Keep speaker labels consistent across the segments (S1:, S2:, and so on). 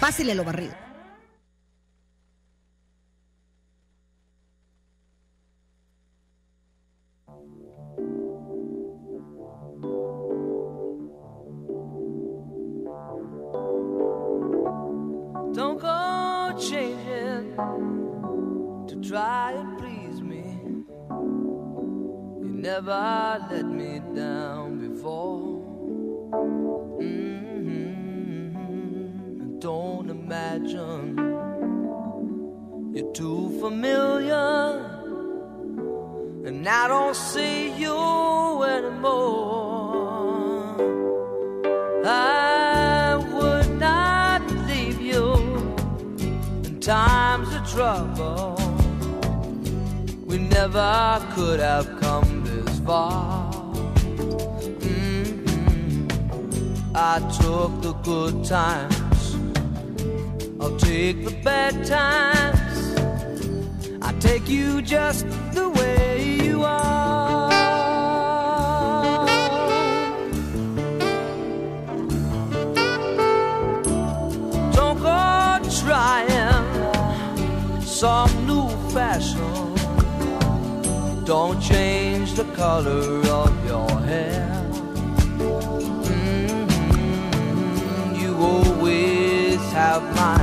S1: Pásele lo barrido.
S2: Don't go changing to try and please me. You never let me down before. Mhm. Don't imagine you're too familiar, and I don't see you anymore. I would not leave you in times of trouble. We never could have come this far. Mhm. I took the good times, I'll take the bad times. I take you just the way you are. Don't go trying some new fashion. Don't change the color of your hair. Mhm. You always have my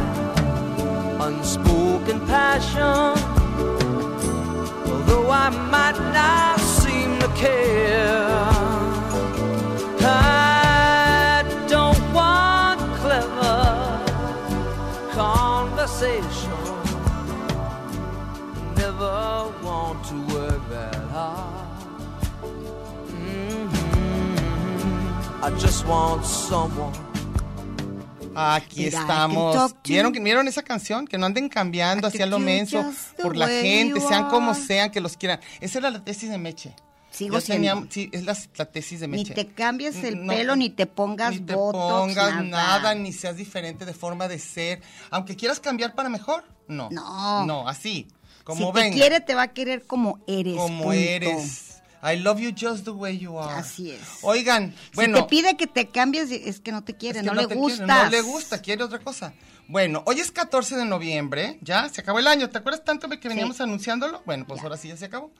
S2: unspoken passion. Although I might not seem to care. I don't want clever conversation. Never want to work that hard. Mhm. I just want someone.
S3: Aquí
S1: Did I can
S3: estamos.
S1: talk to
S3: ¿Vieron,
S1: you?
S3: que- ¿Vieron esa canción? Que no anden cambiando
S1: I
S3: hacia
S1: can
S3: lo
S1: do
S3: menso
S1: just the
S3: por la
S1: way
S3: gente,
S1: you
S3: sean como
S1: are.
S3: sean, que los quieran. Esa era la tesis de Meche.
S1: Sigo
S3: Ya tenía-
S1: siendo.
S3: sí, es la, la tesis de
S1: Ni
S3: Meche.
S1: te cambies el
S3: No,
S1: pelo, ni te pongas
S3: Ni te
S1: botox,
S3: pongas
S1: nada.
S3: nada. ni seas diferente de forma de ser. Aunque quieras cambiar para mejor, no.
S1: No.
S3: No, así.
S1: si
S3: Como venga.
S1: te quiere, te va a querer como eres.
S3: como
S1: punto.
S3: eres. I love you just the way you are.
S1: Así es.
S3: Oigan,
S1: Si
S3: bueno.
S1: te pide que te cambies, es que no te quiere,
S3: Es que
S1: no, le
S3: te quiere,
S1: gusta.
S3: no le gusta, quiere otra cosa. Bueno, hoy es 14 de noviembre, ya se acabó el año. ¿Te acuerdas tanto que veníamos anunciándolo? Bueno, pues ahora sí ya se acabó.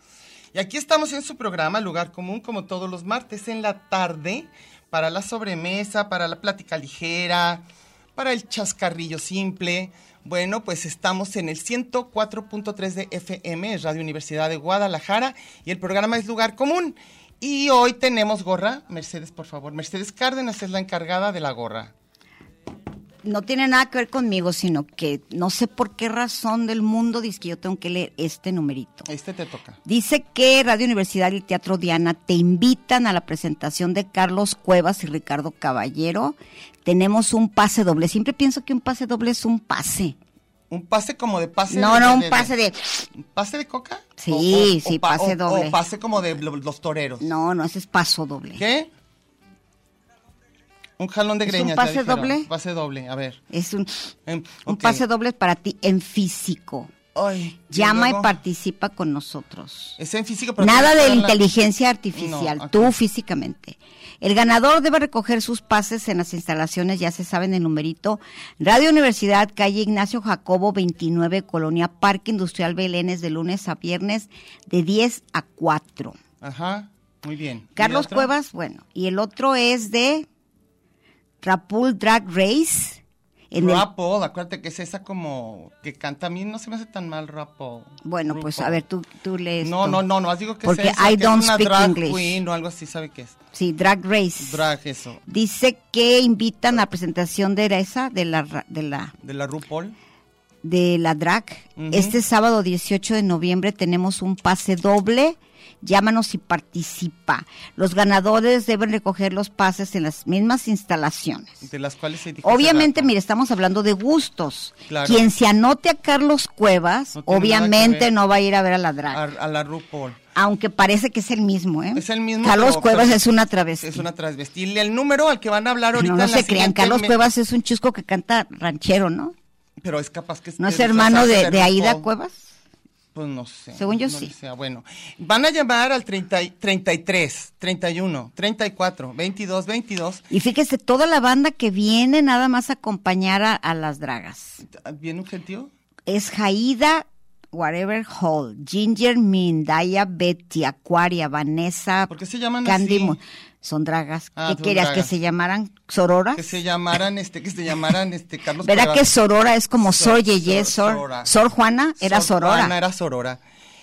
S3: Y aquí estamos en su programa Lugar Común, como todos los martes en la tarde, para la sobremesa, para la plática ligera, para el chascarrillo simple. Bueno, pues estamos en el 104.3 de FM, es Radio Universidad de Guadalajara, y el programa es Lugar Común. Y hoy tenemos gorra, Mercedes, por favor. Mercedes Cárdenas es la encargada de la gorra.
S1: No tiene nada que ver conmigo, sino que no sé por qué razón del mundo dice que yo tengo que leer este numerito.
S3: Este te toca.
S1: Dice que Radio Universidad y Teatro Diana te invitan a la presentación de Carlos Cuevas y Ricardo Caballero. Tenemos un pase doble. Siempre pienso que un pase doble es un pase.
S3: Un pase como de pase.
S1: No, no, un pase de...
S3: ¿Un ¿Pase de coca?
S1: Sí, sí,
S3: pa-
S1: pase doble.
S3: O pase como de lo- los toreros.
S1: No, no, ese es paso doble.
S3: ¿Qué? Un jalón de
S1: ¿Es un
S3: greñas. ya
S1: pase
S3: dijeron.
S1: doble?
S3: Pase doble, a ver.
S1: Es un,
S3: Em,
S1: un
S3: ok.
S1: pase doble para ti en físico.
S3: Ay,
S1: Llama y
S3: luego,
S1: participa con nosotros.
S3: Es en físico, pero
S1: Nada
S3: tienes que
S1: de la
S3: darla-
S1: inteligencia artificial,
S3: No, ok.
S1: tú físicamente. El ganador debe recoger sus pases en las instalaciones, ya se saben el numerito. Radio Universidad, calle Ignacio Jacobo 29, Colonia Parque Industrial Belénes, de lunes a viernes, de 10 a 4.
S3: Ajá, muy bien. ¿Y
S1: Carlos
S3: otro?
S1: Cuevas, bueno, y el otro es de Rapul Drag Race En el-
S3: RuPaul, acuérdate que es esa como que canta a mí, no se me hace tan mal RuPaul.
S1: bueno, pues
S3: RuPaul.
S1: a ver, tú, tú lees.
S3: No,
S1: tú.
S3: no, no, no, digo que
S1: Porque
S3: es esa,
S1: I
S3: que
S1: don't
S3: es una
S1: speak
S3: drag
S1: English.
S3: queen o algo así, ¿sabe qué es?
S1: Sí, Drag Race.
S3: Drag, eso.
S1: Dice que invitan a presentación de la- esa, de la, ra- de la
S3: De la RuPaul.
S1: de la DRAC.
S3: Ujú.
S1: Este sábado 18 de noviembre tenemos un pase doble. Llámanos y participa. Los ganadores deben recoger los pases en las mismas instalaciones.
S3: De las cuales se dijo hace
S1: Obviamente,
S3: rato.
S1: mire, estamos hablando de gustos.
S3: Claro.
S1: Quien se anote a Carlos Cuevas,
S3: No tiene nada que
S1: obviamente
S3: ver.
S1: no va a ir a ver a la drag,
S3: A, a la RuPaul.
S1: aunque parece que es el mismo, ¿eh?
S3: Es el mismo.
S1: Carlos
S3: pero-
S1: Cuevas
S3: pero
S1: es una travesti.
S3: Es una travesti. Y el número al que van a hablar
S1: No,
S3: ahorita.
S1: no
S3: en la
S1: se crean,
S3: siguiente
S1: Carlos
S3: me-
S1: Cuevas es un chusco que canta ranchero, ¿no?
S3: Pero es capaz que
S1: ¿No
S3: que
S1: es hermano
S3: disfrazarse
S1: de, de Aida
S3: RuPaul.
S1: Cuevas?
S3: Pues no sé.
S1: Según yo
S3: no
S1: sí.
S3: lo sé. Bueno, van a llamar al 30, y- 33, 31, 34, 22, 22.
S1: Y fíjese, toda la banda que viene nada más a acompañar a, a las dragas.
S3: ¿Viene un gentío?
S1: Es Jaida, Whatever Hall, Ginger Min, Daya Betty, Aquaria, Vanessa,
S3: ¿Por qué se llaman
S1: Candy
S3: así?
S1: Moon. Son dragas.
S3: Ah,
S1: ¿Qué
S3: son
S1: querías?
S3: dragas.
S1: ¿Que se llamaran Sorora?
S3: Que se llamaran, este, que se llamaran, este, Carlos
S1: ¿Verdad que
S3: Cuevas?
S1: Sorora es como
S3: Sor-
S1: Sor Yeye,
S3: Sor-
S1: Sor,
S3: Sorora.
S1: Sor Juana? Era
S3: Sor
S1: Sorora.
S3: Juana era Sorora.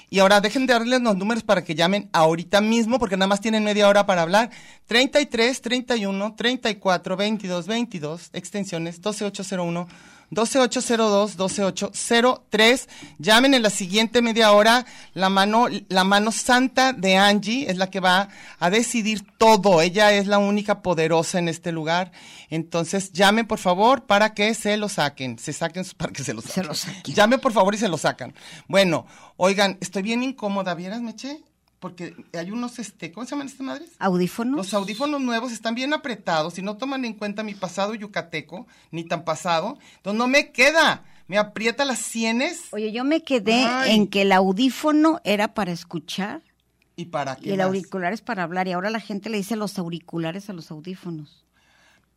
S3: Y ahora dejen de darles los números para que llamen ahorita mismo, porque nada más tienen media hora para hablar. 33, 31, 34, 22, 22, extensiones 12801, 12802, 12803. Llamen en la siguiente media hora. La mano, la mano santa de Angie es la que va a decidir todo. Ella es la única poderosa en este lugar. Entonces llamen por favor para que se lo saquen. Se saquen, su- para que se lo
S1: Se lo saquen.
S3: Llame por favor y se lo sacan. Bueno, oigan, estoy bien incómoda, ¿vieras, Meche? Porque hay unos, este, ¿cómo se llaman estas madres?
S1: ¿Audífonos?
S3: Los audífonos nuevos están bien apretados y no toman en cuenta mi pasado yucateco, ni tan pasado. Entonces no me queda. Me aprieta las sienes
S1: Oye, yo me quedé
S3: Ay.
S1: en que el audífono era para escuchar
S3: y para qué
S1: y el
S3: más?
S1: auricular es para hablar. Y ahora la gente le dice los auriculares a los audífonos.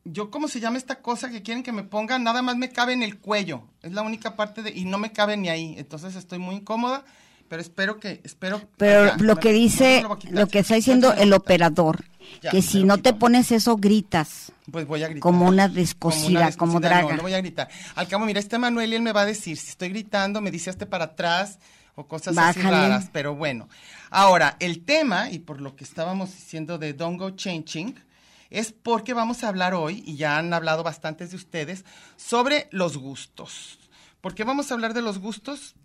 S3: Yo, ¿cómo se llama esta cosa que quieren que me ponga? Nada más me cabe en el cuello. Es la única parte de... Y no me cabe ni ahí. Entonces estoy muy incómoda, pero espero que... espero
S1: Pero
S3: Ay, ya,
S1: lo
S3: me-
S1: que
S3: no,
S1: dice,
S3: no me voy a quitar.
S1: lo que está
S3: Ya
S1: diciendo
S3: te lo
S1: el
S3: voy a quitar.
S1: operador,
S3: Ya,
S1: que
S3: me
S1: si
S3: lo
S1: no te
S3: quito.
S1: pones eso, gritas.
S3: Pues voy a gritar.
S1: Como una
S3: una
S1: descosida, como
S3: descosida,
S1: draga.
S3: No, no voy a gritar. Al cabo, mira, este Manuel, él me va a decir, si estoy gritando, me dice hazte para atrás o cosas así
S1: Bájale.
S3: raras, pero bueno. Ahora, el tema, y por lo que estábamos diciendo de Don't Go Changing, es porque vamos a hablar hoy, y ya han hablado bastantes de ustedes, sobre los gustos. ¿Por qué vamos a hablar de los gustos?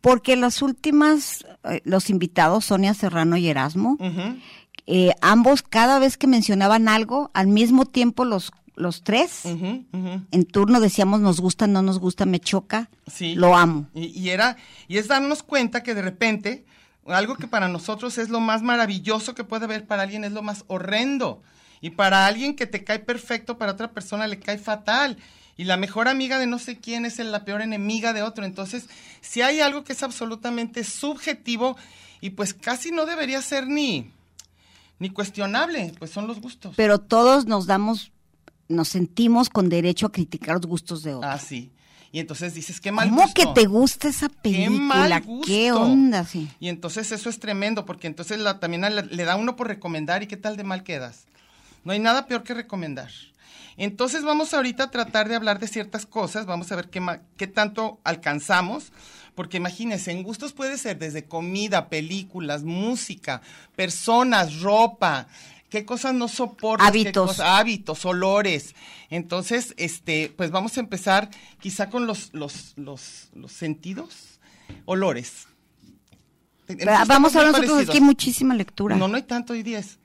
S1: Porque las últimas, eh, los invitados, Sonia Serrano y Erasmo,
S3: Ujú.
S1: eh, ambos cada vez que mencionaban algo, al mismo tiempo los, los tres,
S3: Ujú, ujú.
S1: en turno decíamos nos gusta, no nos gusta, me choca,
S3: Sí.
S1: lo amo.
S3: Y, y era, y es darnos cuenta que de repente, algo que para nosotros es lo más maravilloso que puede haber, para alguien es lo más horrendo. Y para alguien que te cae perfecto, para otra persona le cae fatal. Y la mejor amiga de no sé quién es la peor enemiga de otro. Entonces, si hay algo que es absolutamente subjetivo y pues casi no debería ser ni, ni cuestionable, pues son los gustos.
S1: Pero todos nos damos, nos sentimos con derecho a criticar los gustos de otros.
S3: Ah, sí. Y entonces dices, qué mal
S1: ¿Cómo
S3: gusto.
S1: que te gusta esa
S3: Qué
S1: película?
S3: mal gusto.
S1: ¿Qué onda? Sí.
S3: Y entonces eso es tremendo, porque entonces la- también a la- le da uno por recomendar y qué tal de mal quedas. No hay nada peor que recomendar. Entonces vamos ahorita a tratar de hablar de ciertas cosas, vamos a ver qué, ma- qué tanto alcanzamos, porque imagínense, en gustos puede ser desde comida, películas, música, personas, ropa, qué cosas no soportas, qué
S1: Hábitos.
S3: cosas- hábitos, olores. Entonces, este, pues vamos a empezar quizá con los, los, los, los sentidos, olores.
S1: Pero Ah, vamos a hablar
S3: Estamos
S1: nosotros,
S3: muy
S1: es que hay
S3: parecidos.
S1: muchísima lectura.
S3: No, no hay tanto, hay 10.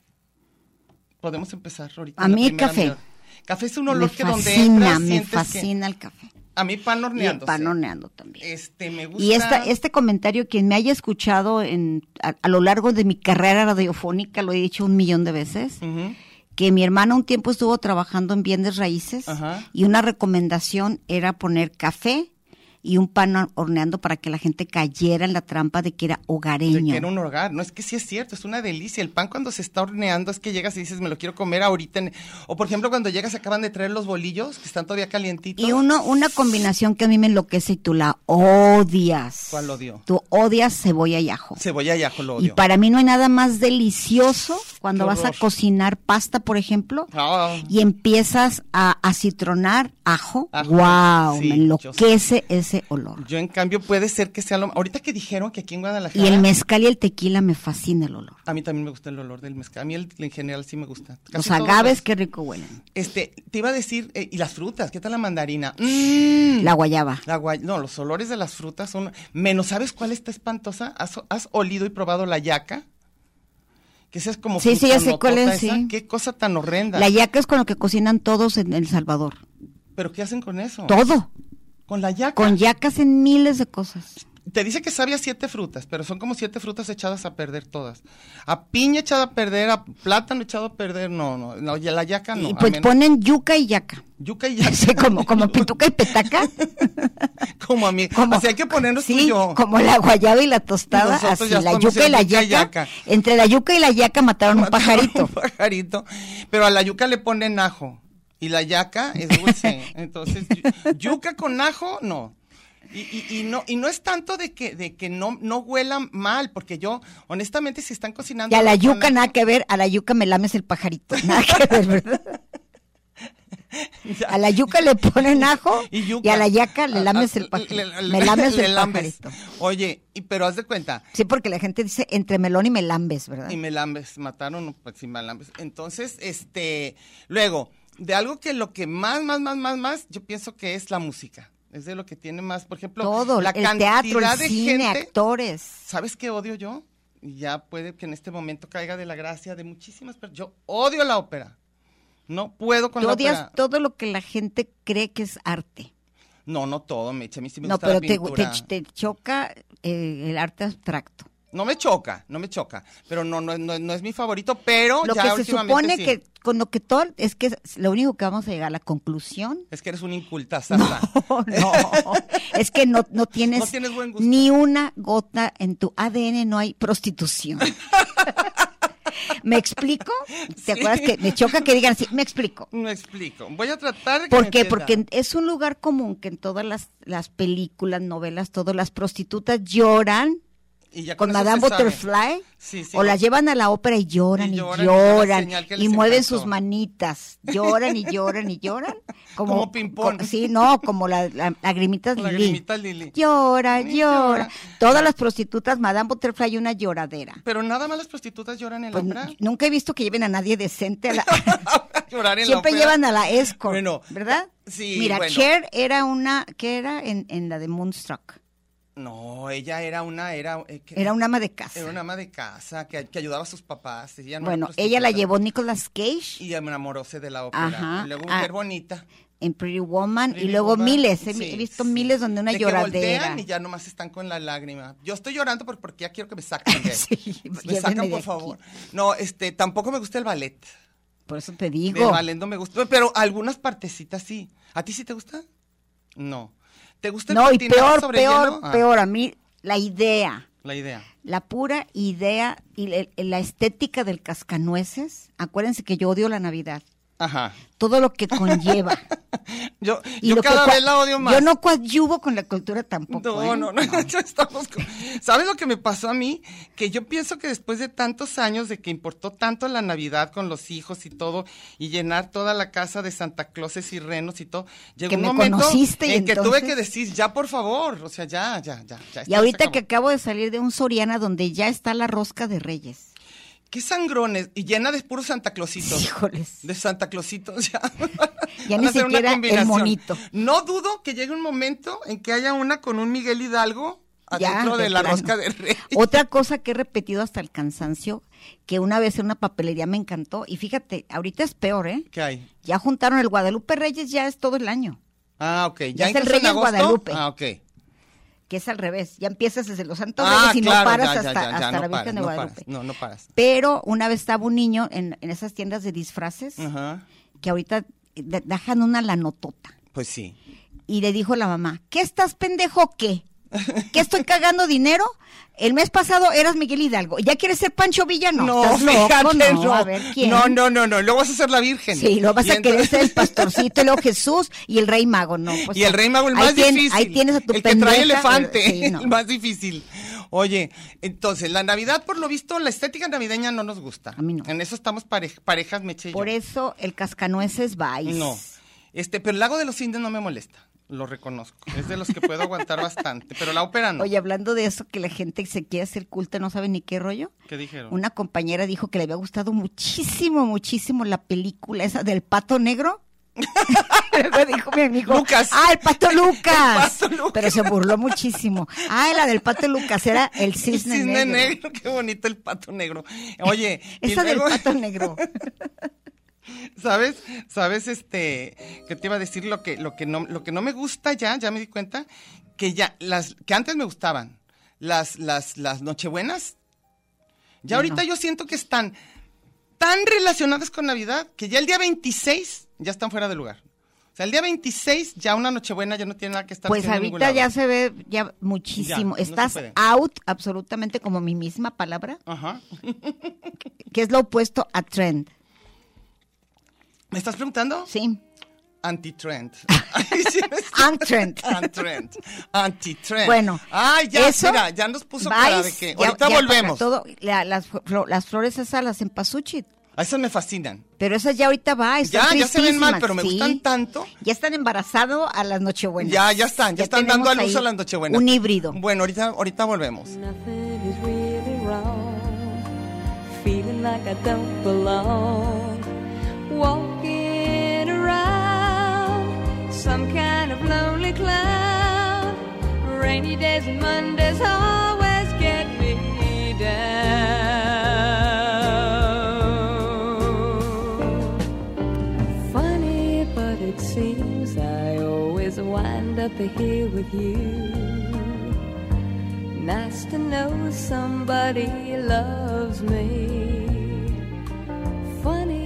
S3: Podemos empezar ahorita.
S1: A
S3: en la
S1: mí el
S3: primera
S1: café.
S3: media hora. Café es un
S1: me
S3: olor que
S1: fascina,
S3: donde entras
S1: me
S3: sientes que-
S1: fascina el café.
S3: A mí
S1: Y
S3: pan
S1: el
S3: horneando.
S1: pan horneando también.
S3: Este, me gusta.
S1: Y esta, este comentario, quien me haya escuchado en, a, a lo largo de mi carrera radiofónica, lo he dicho un millón de veces,
S3: Ujú.
S1: que mi hermana un tiempo estuvo trabajando en bienes raíces
S3: Ajá.
S1: y una recomendación era poner café y un pan horneando para que la gente cayera en la trampa de que era
S3: De
S1: hogareño.
S3: que era un hogar. No, es que sí es cierto, es una delicia. El pan cuando se está horneando es que llegas y dices, me lo quiero comer ahorita. en- O por ejemplo, cuando llegas acaban de traer los bolillos que están todavía calientitos.
S1: Y uno, una combinación que a mí me enloquece y tú la odias.
S3: ¿Cuál odio?
S1: Tú odias cebolla y ajo.
S3: Cebolla y ajo lo
S1: Y
S3: odio.
S1: para mí no hay nada más delicioso cuando
S3: Qué
S1: vas a
S3: horror.
S1: cocinar pasta, por ejemplo,
S3: Ah,
S1: y empiezas a, a citronar, ajo,
S3: Ajo,
S1: wow, me
S3: sí, yo
S1: enloquece ese olor.
S3: Yo, en cambio, puede ser que sea lo. Ahorita que dijeron que aquí en Guadalajara.
S1: Y el mezcal y el tequila me fascina el olor.
S3: A mí también me gusta el olor del mezcal. A mí el- en general sí me gusta.
S1: Los
S3: Casi todos
S1: agaves,
S3: los-
S1: qué rico huelen.
S3: Este, te iba a decir, eh, y las frutas, ¿qué tal la mandarina? Mm.
S1: La guayaba.
S3: La guay- no, los olores de las frutas son. Menos, ¿sabes cuál está espantosa? ¿Has, has olido y probado la yaca? Que esa es como.
S1: Sí, sí, ya sé
S3: frutanotota
S1: cuál es,
S3: esa.
S1: sí.
S3: Qué cosa tan horrenda.
S1: La yaca es con lo que cocinan todos en El Salvador.
S3: ¿Pero qué hacen con eso?
S1: Todo.
S3: Con la yaca.
S1: Con yacas en miles de cosas.
S3: Te dice que sabe a siete frutas, pero son como siete frutas echadas a perder todas. A piña echada a perder, a plátano echado a perder, no, no. no, ya la yaca Ah, no.
S1: y
S3: a
S1: pues
S3: menos-
S1: ponen yuca y yaca.
S3: Yuca y yaca.
S1: Sí, como, como pituca y petaca.
S3: Como a mí.
S1: Como,
S3: Así hay que ponernos tú
S1: sí,
S3: y yo.
S1: como la guayaba y la tostada,
S3: Nosotros
S1: así
S3: ya
S1: la
S3: estamos
S1: yuca y
S3: en
S1: la
S3: yuca
S1: yaca.
S3: y yaca.
S1: Entre la yuca y la yaca mataron un
S3: Mataron
S1: pajarito.
S3: un pajarito. Pero a la yuca le ponen ajo. Y la yaca es dulce. Entonces, yu- yuca con ajo, no. Y, y- y no, y no es tanto de que, de que no, no huela mal, porque yo, honestamente, si están cocinando.
S1: Y a la
S3: algo con
S1: yuca nada que ver, a la yuca me lames el pajarito, nada que ver, ¿verdad?
S3: Ya.
S1: A la yuca le ponen ajo
S3: Y,
S1: y,
S3: yuca.
S1: a la yaca le lames el
S3: Ah, ah, le-
S1: pajarito.
S3: le-
S1: Me lames
S3: le
S1: el
S3: lambes.
S1: pajarito.
S3: Oye, y, pero haz de cuenta,
S1: Sí, porque la gente dice entre melón y melambes, ¿verdad?
S3: y me lambes, mataron, pues sí, me lambes. Entonces, este, luego, de algo que lo que más, más, más, más, más, yo pienso que es la música. Es de lo que tiene más, por ejemplo,
S1: Todo,
S3: la
S1: el
S3: cantidad
S1: teatro, el
S3: de
S1: cine,
S3: gente.
S1: actores.
S3: ¿Sabes qué odio yo? Y ya puede que en este momento caiga de la gracia de muchísimas personas. Yo odio la ópera. No puedo con
S1: Tú
S3: la
S1: odias
S3: ópera.
S1: todo lo que la gente cree que es arte.
S3: No, no todo, me echa. A mí sí me
S1: No,
S3: gusta
S1: pero
S3: la
S1: te,
S3: pintura.
S1: te- te choca eh, el arte abstracto.
S3: No me choca, no me choca. Pero no, no, no, no es mi favorito, pero
S1: Lo
S3: ya
S1: que se
S3: últimamente
S1: supone
S3: sí.
S1: que con lo que todo es que es lo único que vamos a llegar a la conclusión oh,
S3: Es que eres un inculta, Sasa.
S1: No, no. es que no, no tienes,
S3: No tienes buen gusto.
S1: ni una gota en tu ADN, no hay prostitución. ¿Me explico? ¿Te acuerdas que me choca que digan así? Me explico.
S3: Me explico. Voy a tratar de que
S1: ¿Por
S3: me
S1: qué?
S3: entiendan.
S1: Porque es un lugar común que en todas las, las películas, novelas, todas las prostitutas lloran
S3: Y ya
S1: con
S3: eso
S1: Madame
S3: se sabe.
S1: Butterfly
S3: Sí, sí.
S1: o las llevan a la ópera y lloran
S3: Y
S1: y
S3: lloran,
S1: lloran y,
S3: y es la señal que les
S1: mueven
S3: encantó.
S1: sus manitas, lloran y lloran y lloran como,
S3: Como ping-pong.
S1: co- sí, no, como las la, lagrimitas Lili.
S3: Lagrimita Lili.
S1: Llora,
S3: Y llora.
S1: llora. Todas las prostitutas, Madame Butterfly, una lloradera.
S3: Pero nada más las prostitutas lloran en
S1: Pues,
S3: la ópera.
S1: nunca he visto que lleven a nadie decente. a la-
S3: Llorar en la
S1: Siempre
S3: ópera.
S1: llevan a la escort,
S3: Bueno,
S1: ¿verdad?
S3: sí,
S1: Mira,
S3: bueno.
S1: Cher era una, ¿qué era en, en la de Moonstruck?
S3: No, ella era una, era, eh, que-
S1: Era una ama de casa.
S3: era una ama de casa que, que ayudaba a sus papás. Ella no era
S1: bueno,
S3: prostituta.
S1: ella la llevó Nicolas Cage.
S3: Y enamoróse de la ópera.
S1: Ajá.
S3: Y luego
S1: Ah.
S3: mujer bonita.
S1: en Pretty Woman
S3: Pretty
S1: y luego
S3: Woman.
S1: miles, he,
S3: Sí,
S1: he visto
S3: sí.
S1: miles donde una
S3: De que
S1: lloradera.
S3: voltean y ya nomás están con la lágrima. Yo estoy llorando por- porque ya quiero que me saquen de ahí.
S1: Sí,
S3: me
S1: llévenme
S3: sacan,
S1: de
S3: por
S1: aquí.
S3: favor. No, este, tampoco me gusta el ballet.
S1: Por eso te
S3: El
S1: digo,
S3: ballet no me gusta, pero algunas partecitas sí. ¿A ti sí te gusta? No. ¿Te gusta el
S1: no, y
S3: patinar
S1: peor,
S3: sobre hielo?
S1: peor,
S3: Ah,
S1: peor, a mí la idea,
S3: La idea.
S1: la pura idea y le- la estética del cascanueces, acuérdense que yo odio la Navidad,
S3: Ajá.
S1: todo lo que conlleva.
S3: Yo,
S1: Y
S3: yo
S1: lo que
S3: cada
S1: cua-
S3: vez la odio más.
S1: Yo no coadyuvo con la cultura tampoco.
S3: No,
S1: ¿eh?
S3: no, no, ya estamos con- ¿Sabes lo que me pasó a mí? Que yo pienso que después de tantos años de que importó tanto la Navidad con los hijos y todo, y llenar toda la casa de Santa Clauses y renos y todo, llegó
S1: Que
S3: un
S1: me
S3: momento
S1: conociste y
S3: en que tuve
S1: entonces-
S3: que decir, ya por favor, o sea, ya, ya, ya. ya esto
S1: Y
S3: se
S1: ahorita
S3: acabó.
S1: que acabo de salir de un Soriana donde ya está la rosca de reyes.
S3: Qué sangrones, y llena de puros Santa Clausitos.
S1: Híjoles.
S3: De Santa Clausitos, ya.
S1: Ya
S3: Van
S1: ni
S3: a hacer una
S1: siquiera el
S3: combinación.
S1: monito.
S3: No dudo que llegue un momento en que haya una con un Miguel Hidalgo
S1: Ya,
S3: adentro Ah, de,
S1: de
S3: la
S1: plano.
S3: rosca de rey.
S1: Otra cosa que he repetido hasta el cansancio, que una vez en una papelería me encantó, y fíjate, ahorita es peor, ¿eh?
S3: ¿Qué hay?
S1: Ya juntaron el Guadalupe Reyes, ya es todo el año,
S3: Ah, ok.
S1: Ya
S3: ¿Ya,
S1: es el
S3: incluso
S1: Reyes
S3: agosto?
S1: Guadalupe.
S3: Ah, ok.
S1: que es al revés, ya empiezas desde los Santos
S3: ah,
S1: Reyes y no
S3: claro,
S1: paras
S3: ya, ya,
S1: hasta,
S3: ya, ya,
S1: hasta
S3: no
S1: la Virgen
S3: paras,
S1: de
S3: no paras,
S1: Guadalupe.
S3: No, no paras.
S1: Pero una vez estaba un niño en, en esas tiendas de disfraces,
S3: Ajá.
S1: que ahorita eh, de- dejan una lanotota,
S3: Pues sí.
S1: y le dijo la mamá, ¿qué estás pendejo o qué? ¿Qué estoy cagando dinero? El mes pasado eras Miguel Hidalgo, ¿ya quieres ser Pancho Villa? No, ¿estás loco?
S3: fíjate,
S1: no. A ver, ¿quién?
S3: No, no, no, no. Luego vas a ser la Virgen.
S1: Sí, lo vas
S3: Y
S1: a querer
S3: entonces-
S1: ser el pastorcito, y luego Jesús y el rey mago, ¿no? pues
S3: y el
S1: no.
S3: rey mago el
S1: Ahí
S3: más
S1: tien-
S3: difícil.
S1: Ahí tienes a tu
S3: El que trae
S1: pendeja,
S3: elefante,
S1: sí, no.
S3: el más difícil. Oye, entonces, la Navidad, por lo visto, la estética navideña no nos gusta.
S1: A mí no.
S3: En eso estamos pare- parejas, Meche y
S1: Por
S3: yo.
S1: eso el cascanueces va
S3: No. Este, pero el lago de los cisnes no me molesta, lo reconozco. Es de los que puedo aguantar bastante, pero la ópera no.
S1: Oye, hablando de eso, que la gente se quiere hacer culta, no sabe ni qué rollo.
S3: ¿Qué dijeron?
S1: Una compañera dijo que le había gustado muchísimo, muchísimo la película esa del pato negro. Luego dijo mi amigo,
S3: Lucas.
S1: ah, el pato Lucas.
S3: El Pato Lucas.
S1: Pero se burló muchísimo. Ah, la del pato Lucas era el
S3: El
S1: cisne, negro.
S3: cisne negro. qué bonito el pato negro. Oye, y
S1: Esa del
S3: luego-
S1: pato negro.
S3: ¿Sabes? ¿Sabes este que te iba a decir lo que lo que no lo que no me gusta ya, ya me di cuenta que ya las que antes me gustaban, las las las Nochebuenas. Ya
S1: Ya
S3: ahorita
S1: no.
S3: yo siento que están tan relacionadas con Navidad que ya el día 26 ya están fuera de lugar. O sea, el día 26 ya una Nochebuena ya no tiene nada que estar
S1: Pues
S3: haciendo en ningún
S1: ahorita
S3: lado.
S1: ya se ve ya muchísimo.
S3: Ya, no se
S1: Estás
S3: puede.
S1: out absolutamente como mi misma palabra,
S3: Ajá.
S1: que es lo opuesto a trend.
S3: ¿Me estás preguntando?
S1: Sí.
S3: Anti-trend. Ay, sí, no es-
S1: Untrend.
S3: Ah, Untrend. Anti-trend.
S1: Bueno,
S3: Eh, Ay, ya,
S1: eso,
S3: mira, ya nos puso cara de
S1: Vice,
S3: que.
S1: ya-
S3: Ahorita
S1: ya para
S3: volvemos.
S1: todo, la- las, flo- las flores esas las en Pasuchit,
S3: A esas me fascinan.
S1: pero esas ya ahorita va, están
S3: Ya, ya se ven mal,
S1: tristísimas,
S3: pero me
S1: sí.
S3: gustan tanto.
S1: Ya están embarazados a las nochebuenas.
S3: Ya, ya están, ya, están dando a
S1: tenemos
S3: luz
S1: ahí
S3: a las nochebuenas.
S1: Un híbrido.
S3: Bueno, ahorita, ahorita volvemos.
S4: Nothing is really wrong. Feeling like I don't belong. Walking around some kind of lonely cloud. Rainy days and Mondays always get me down. Funny, but it seems I always wind up here with you. Nice to know somebody loves me. Funny,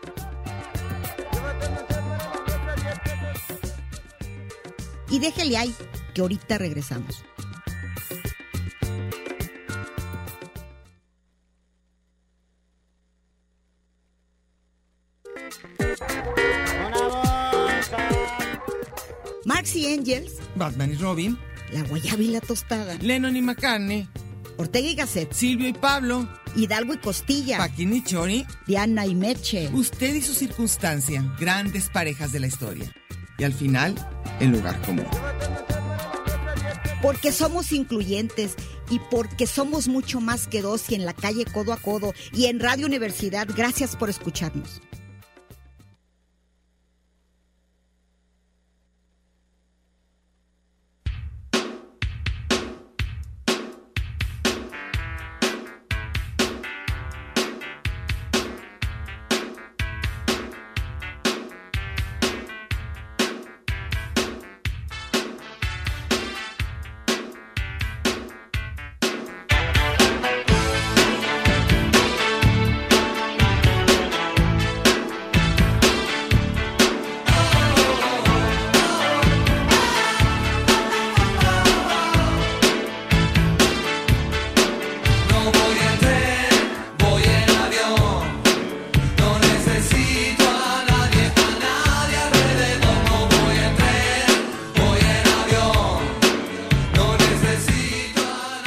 S5: Y déjele ahí, que ahorita regresamos. Marx y Engels,
S6: Batman y Robin,
S5: la guayaba y la tostada,
S6: Lennon y McCartney,
S5: Ortega y Gasset,
S6: Silvio y Pablo,
S5: Hidalgo y Costilla,
S6: Paquín y Chori,
S5: Diana y Meche.
S6: usted y su circunstancia, grandes parejas de la historia. Y al final, el lugar común.
S5: Porque somos incluyentes y porque somos mucho más que dos y en la calle codo a codo y en Radio Universidad. Gracias por escucharnos.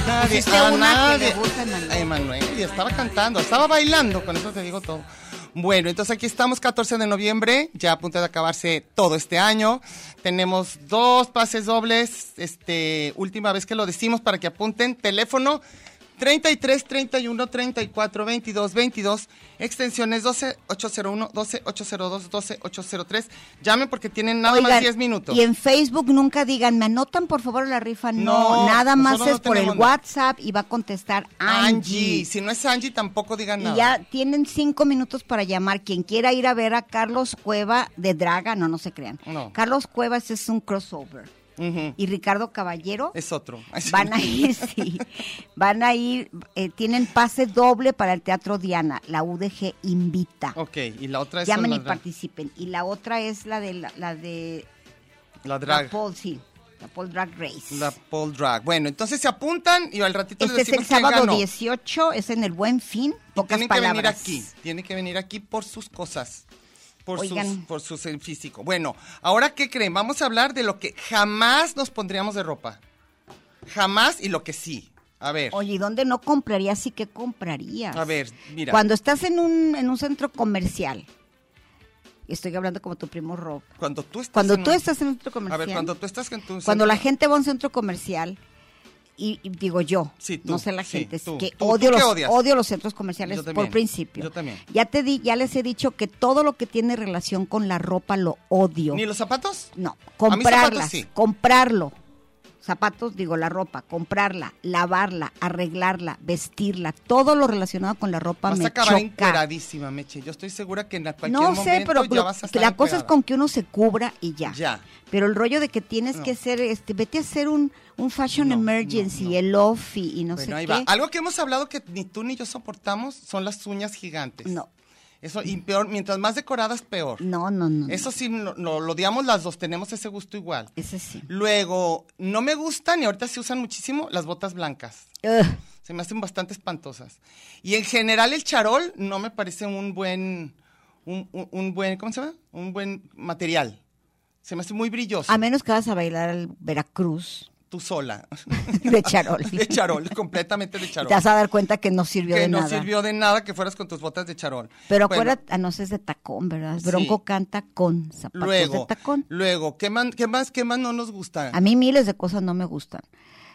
S3: Nadie,
S1: Pusiste una
S3: a
S1: que le
S3: nadie.
S1: gusta a Emanuel.
S3: A Emanuel, y estaba cantando, estaba bailando, con eso te digo todo. Bueno, entonces aquí estamos 14 de noviembre, ya a punto de acabarse todo este año. Tenemos dos pases dobles, este, última vez que lo decimos para que apunten, teléfono 33 31 34 22 22, extensiones 12 801, 12 802, 12 803. Llamen porque tienen nada más
S1: Oigan,
S3: 10 minutos.
S1: Y en Facebook nunca digan, me anotan por favor la rifa. No,
S3: No,
S1: nada más
S3: nosotros
S1: es
S3: no
S1: por el
S3: tenemos-
S1: WhatsApp y va a contestar
S3: Angie,
S1: Angie.
S3: si no es Angie tampoco digan nada.
S1: Y ya tienen cinco minutos para llamar. Quien quiera ir a ver a Carlos Cueva de Draga, no, no se crean.
S3: No.
S1: Carlos Cuevas es un crossover.
S3: Ujú.
S1: Y Ricardo Caballero
S3: Es otro. Ay, sí.
S1: van a ir, sí. Van a ir, eh, tienen pase doble para el Teatro Diana. La UDG invita.
S3: Ok, y la otra es...
S1: Llamen y
S3: Sonora.
S1: participen. Y la otra es la de la, la de
S3: La drag.
S1: La pole, sí. La pole drag race.
S3: La Paul Drag. Bueno, entonces se apuntan y al ratito
S1: este
S3: les
S1: es el
S3: decimos quién
S1: sábado
S3: ganó.
S1: 18, es en el Buen Fin.
S3: Y
S1: Pocas
S3: tienen
S1: palabras.
S3: que venir aquí, tienen que venir aquí por sus cosas, por sus,
S1: Oigan.
S3: por su ser físico. Bueno, ahora qué creen, vamos a hablar de lo que jamás nos pondríamos de ropa. Jamás y lo que sí. A ver.
S1: Oye, ¿y dónde no comprarías y qué comprarías?
S3: A ver, mira.
S1: Cuando estás en un, en un centro comercial, y estoy hablando como tu primo Rob,
S3: Cuando tú estás
S1: cuando
S3: en
S1: tú
S3: un-
S1: estás en un centro
S3: A
S1: comercial,
S3: ver, cuando tú estás en tu
S1: cuando la
S3: centro-
S1: gente va a un centro comercial, y, y digo yo,
S3: Sí, tú,
S1: no sé la
S3: sí,
S1: gente, es
S3: tú.
S1: que
S3: Tú, ¿tú
S1: odio,
S3: qué
S1: los,
S3: odias?
S1: odio los centros comerciales
S3: Yo también,
S1: por principio.
S3: yo también.
S1: Ya, te di, ya les he dicho que todo lo que tiene relación con la ropa lo odio.
S3: ¿Ni los zapatos?
S1: No,
S3: A mis zapatos
S1: comprarlas,
S3: sí.
S1: comprarlo. Zapatos, digo, la ropa, comprarla, lavarla, arreglarla, vestirla, todo lo relacionado con la ropa
S3: Vas
S1: me
S3: a acabar
S1: choca.
S3: encueradísima, Meche. Yo estoy segura que en cualquier
S1: No
S3: momento
S1: sé, pero
S3: ya
S1: lo-
S3: vas a estar
S1: la cosa es
S3: encuerada.
S1: con que uno se cubra y ya.
S3: Ya.
S1: Pero el rollo de que tienes
S3: No.
S1: que ser, este, vete a hacer un, un fashion
S3: No, no,
S1: emergency,
S3: no.
S1: el off y, y no
S3: Bueno,
S1: sé
S3: ahí
S1: qué.
S3: va. Algo que hemos hablado que ni tú ni yo soportamos son las uñas gigantes.
S1: No.
S3: Eso, y peor, mientras más decoradas, peor.
S1: No, no, no. no.
S3: Eso sí, no, no, lo odiamos las dos, tenemos ese gusto igual.
S1: Ese sí.
S3: Luego, no me gustan, y ahorita se usan muchísimo, las botas blancas.
S1: Ugh.
S3: Se me hacen bastante espantosas. Y en general el charol no me parece un buen, un, un- un buen, ¿cómo se llama? Un buen material. Se me hace muy brilloso.
S1: A menos que vas a bailar al Veracruz
S3: Tú sola.
S1: de charol.
S3: de charol, completamente de charol.
S1: Te vas a dar cuenta que no sirvió
S3: que
S1: de
S3: no
S1: nada.
S3: sirvió de nada que fueras con tus botas de charol.
S1: Pero
S3: Bueno,
S1: acuérdate, ah, no sé, es de tacón, ¿verdad?
S3: Sí.
S1: Bronco canta con zapatos de
S3: luego,
S1: tacón.
S3: luego, ¿qué más, qué más, qué más no nos gusta?
S1: A mí miles de cosas no me gustan.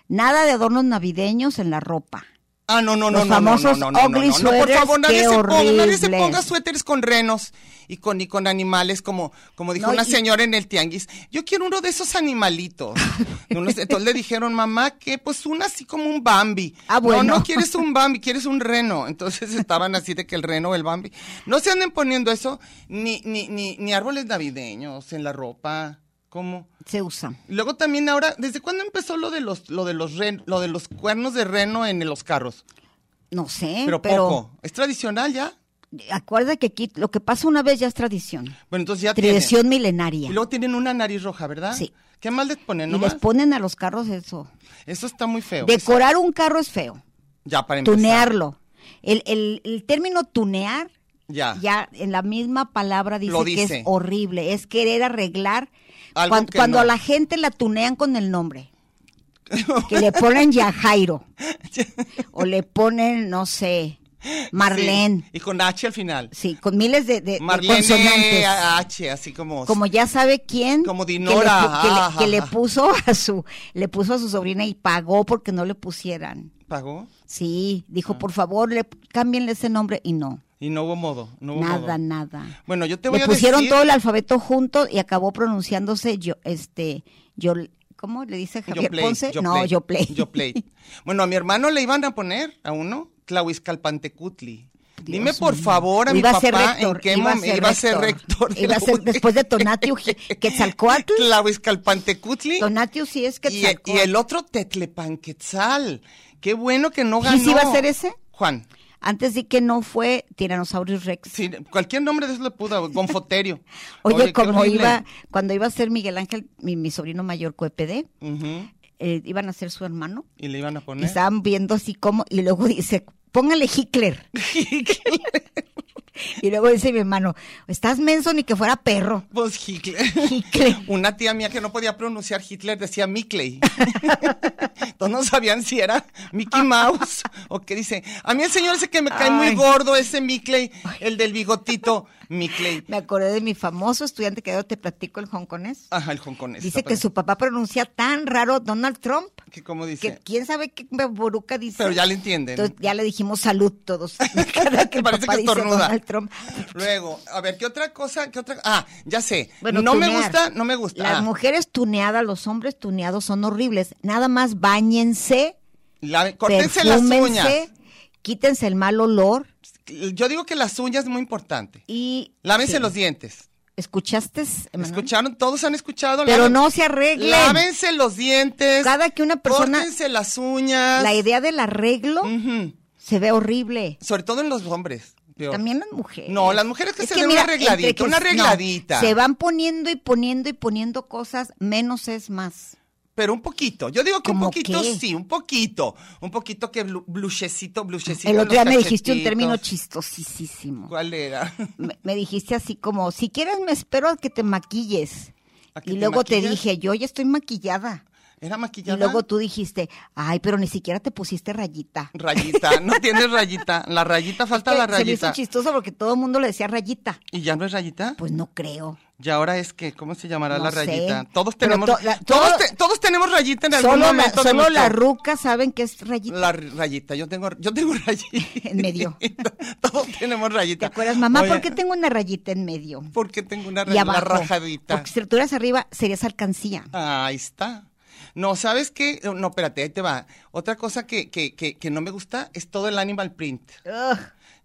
S1: Nada de adornos navideños en la ropa.
S3: Ah, no, no, no,
S1: Los
S3: no, no, no,
S1: famosos
S3: no, no, no,
S1: ugly
S3: no, no, por
S1: sweaters,
S3: favor, nadie
S1: qué
S3: se, ponga, nadie se
S1: horribles.
S3: ponga suéteres con renos y con, y con animales, como, como dijo
S1: No,
S3: una
S1: y-
S3: señora en el tianguis. Yo quiero uno de esos animalitos. De unos- entonces le dijeron, mamá, que pues una así como un Bambi.
S1: Ah, bueno.
S3: No, no quieres un Bambi, quieres un reno. Entonces estaban así de que el reno o el Bambi. No se anden poniendo eso, ni, ni, ni, ni árboles navideños en la ropa. ¿Cómo?
S1: Se usan.
S3: Luego también ahora, ¿desde cuándo empezó lo de los, lo de los ren- lo de los cuernos de reno en los carros?
S1: No sé, ¿eh? pero,
S3: Pero, poco. ¿Es tradicional ya?
S1: acuerda que aquí lo que pasa una vez ya es tradición.
S3: Bueno, entonces ya
S1: Tradición
S3: tienen.
S1: milenaria.
S3: Y luego tienen una nariz roja, ¿verdad?
S1: Sí.
S3: ¿Qué mal les ponen
S1: Y
S3: nomás?
S1: les ponen a los carros eso.
S3: Eso está muy feo. Eso-
S1: Decorar un carro es feo.
S3: ya para empezar.
S1: Tunearlo. El, el- el término tunear,
S3: Ya.
S1: ya en la misma palabra dice,
S3: Ah. Lo
S1: que
S3: dice.
S1: es horrible. Es querer arreglar
S3: Algo
S1: cuan-
S3: que
S1: cuando
S3: no.
S1: a la gente la tunean con el nombre. que le ponen Yajairo. o le ponen, no sé, Marlene.
S3: Sí, Y con H al final.
S1: Sí, eh, con miles de, de- de
S3: Marlene
S1: consonantes.
S3: a- H, así como.
S1: como ya sabe quién
S3: Como
S1: que le
S3: Dinora, ah,
S1: pu- que le,
S3: ajá,
S1: que le
S3: ajá.
S1: puso a su le puso a su sobrina y pagó porque no le pusieran
S3: pagó.
S1: sí dijo
S3: Ah.
S1: por favor le cámbienle ese nombre y no
S3: Y no hubo modo. No hubo
S1: nada
S3: modo.
S1: nada
S3: Bueno, yo te voy
S1: le
S3: a
S1: pusieron
S3: decir-
S1: todo el alfabeto junto y acabó pronunciándose yo este yo cómo le dice
S3: Yo
S1: Javier
S3: play,
S1: Ponce
S3: yo
S1: no
S3: play,
S1: yo play
S3: yo play. Bueno, a mi hermano le iban a poner a uno Tlahuizcalpantecutli.
S1: Dios
S3: Dime por
S1: mío.
S3: favor a
S1: Iba
S3: mi
S1: a ser
S3: papá
S1: rector,
S3: en qué
S1: iba a
S3: momento
S1: ser
S3: iba a ser
S1: rector.
S3: rector. de
S1: Iba a
S3: la
S1: ser
S3: UNED.
S1: después de Tonatiuh Quetzalcóatl.
S3: Tlahuizcalpantecutli.
S1: Tonatiuh sí es
S3: Y,
S1: Quetzalcóatl.
S3: y el otro Tetlepanquetzal. Qué bueno que no ganó.
S1: ¿Y si iba a ser ese?
S3: Juan.
S1: Antes di que no fue Tyrannosaurus Rex.
S3: Sí, cualquier nombre de eso le pudo, Gonfoterio.
S1: Oye,
S3: qué
S1: como
S3: horrible.
S1: iba, cuando iba a ser Miguel Ángel, mi, mi sobrino mayor Cuepede,
S3: Ujú,
S1: eh, iban a ser su hermano,
S3: Y le iban a
S1: y
S3: poner.
S1: estaban viendo así como, y luego dice, póngale Hitler. y luego dice mi hermano, estás menso ni que fuera perro.
S3: Pues Hitler.
S1: Hitler.
S3: Una tía mía que no podía pronunciar Hitler decía Mickley. Entonces no sabían si era Mickey Mouse o qué dice. A mí el señor ese que me cae muy
S1: Ay.
S3: gordo, ese Mickley, el del bigotito, Mickley.
S1: Me acordé de mi famoso estudiante que yo te platico, el hongkonés.
S3: Ajá, el hongkonés.
S1: Dice
S3: está
S1: que
S3: padre.
S1: su papá pronuncia tan raro Donald Trump,
S3: Que como
S1: que
S3: dice.
S1: quién sabe qué boruca dice.
S3: Pero ya le entienden.
S1: Entonces ya le dijimos salud todos. Cada que el
S3: Parece
S1: papá
S3: que
S1: dice
S3: estornuda.
S1: Donald Trump.
S3: Luego, a ver, ¿qué otra cosa? ¿Qué otra? Ah, ya sé.
S1: Bueno,
S3: no me
S1: tunear.
S3: gusta, no me gusta.
S1: Las
S3: Ah,
S1: mujeres tuneadas, los hombres tuneados son horribles. Nada más bañense,
S3: la- córtense las uñas.
S1: perfúmense, quítense el mal olor
S3: Yo digo que las uñas es muy importante.
S1: y
S3: Lávense
S1: sí.
S3: los dientes.
S1: ¿Escuchaste? Emanuel?
S3: ¿Escucharon? Todos han escuchado.
S1: Pero
S3: Laven-
S1: no se arreglen.
S3: Lávense los dientes.
S1: Cada que una persona
S3: Córtense las Mm. uñas.
S1: la idea del arreglo
S3: Ujú.
S1: se ve horrible.
S3: Sobre todo en los hombres. peor.
S1: También las mujeres.
S3: No, las mujeres que se den una
S1: entre
S3: arregladita, una
S1: no,
S3: arregladita.
S1: se van poniendo y poniendo y poniendo cosas, menos es más.
S3: Pero un poquito. Yo digo que un
S1: ¿Cómo
S3: poquito
S1: qué?
S3: sí, un poquito. Un poquito que blu- bluchecito, bluchecito.
S1: El
S3: en
S1: otro día
S3: los
S1: me dijiste un
S3: cachetitos.
S1: término chistosísimo.
S3: ¿Cuál era?
S1: Me, me dijiste así como, si quieres me espero a que te maquilles.
S3: ¿A que
S1: Y
S3: te
S1: luego te
S3: maquilles?
S1: dije, yo ya estoy maquillada.
S3: ¿Era
S1: Y
S3: maquillada?
S1: luego tú dijiste, ay, pero ni siquiera te pusiste rayita.
S3: Rayita. No tienes rayita. La rayita, falta la
S1: Se- Se me hizo
S3: rayita.
S1: chistoso porque todo el mundo le decía rayita.
S3: ¿Y ya no es rayita?
S1: Pues no creo.
S3: ¿Y ahora es que ¿Cómo se llamará
S1: No
S3: la
S1: sé.
S3: rayita? Todos
S1: Pero
S3: tenemos,
S1: to- la-
S3: todos,
S1: todo-
S3: te- todos tenemos rayita en algún
S1: Solo, la,
S3: momento. de
S1: solo
S3: nuestro-
S1: las rucas saben que es rayita.
S3: La r- rayita, yo tengo, yo tengo rayita.
S1: En medio.
S3: Todos tenemos rayita.
S1: ¿Te acuerdas, mamá?
S3: Oye,
S1: ¿Por qué tengo una rayita en medio?
S3: por qué tengo una
S1: Y
S3: rayita?
S1: abajo.
S3: rajadita.
S1: Porque si tuvieras arriba, serías alcancía.
S3: Ahí está. No, ¿sabes qué? No, espérate, ahí te va. Otra cosa que, que, que, que no me gusta es todo el animal print.
S1: Ugh.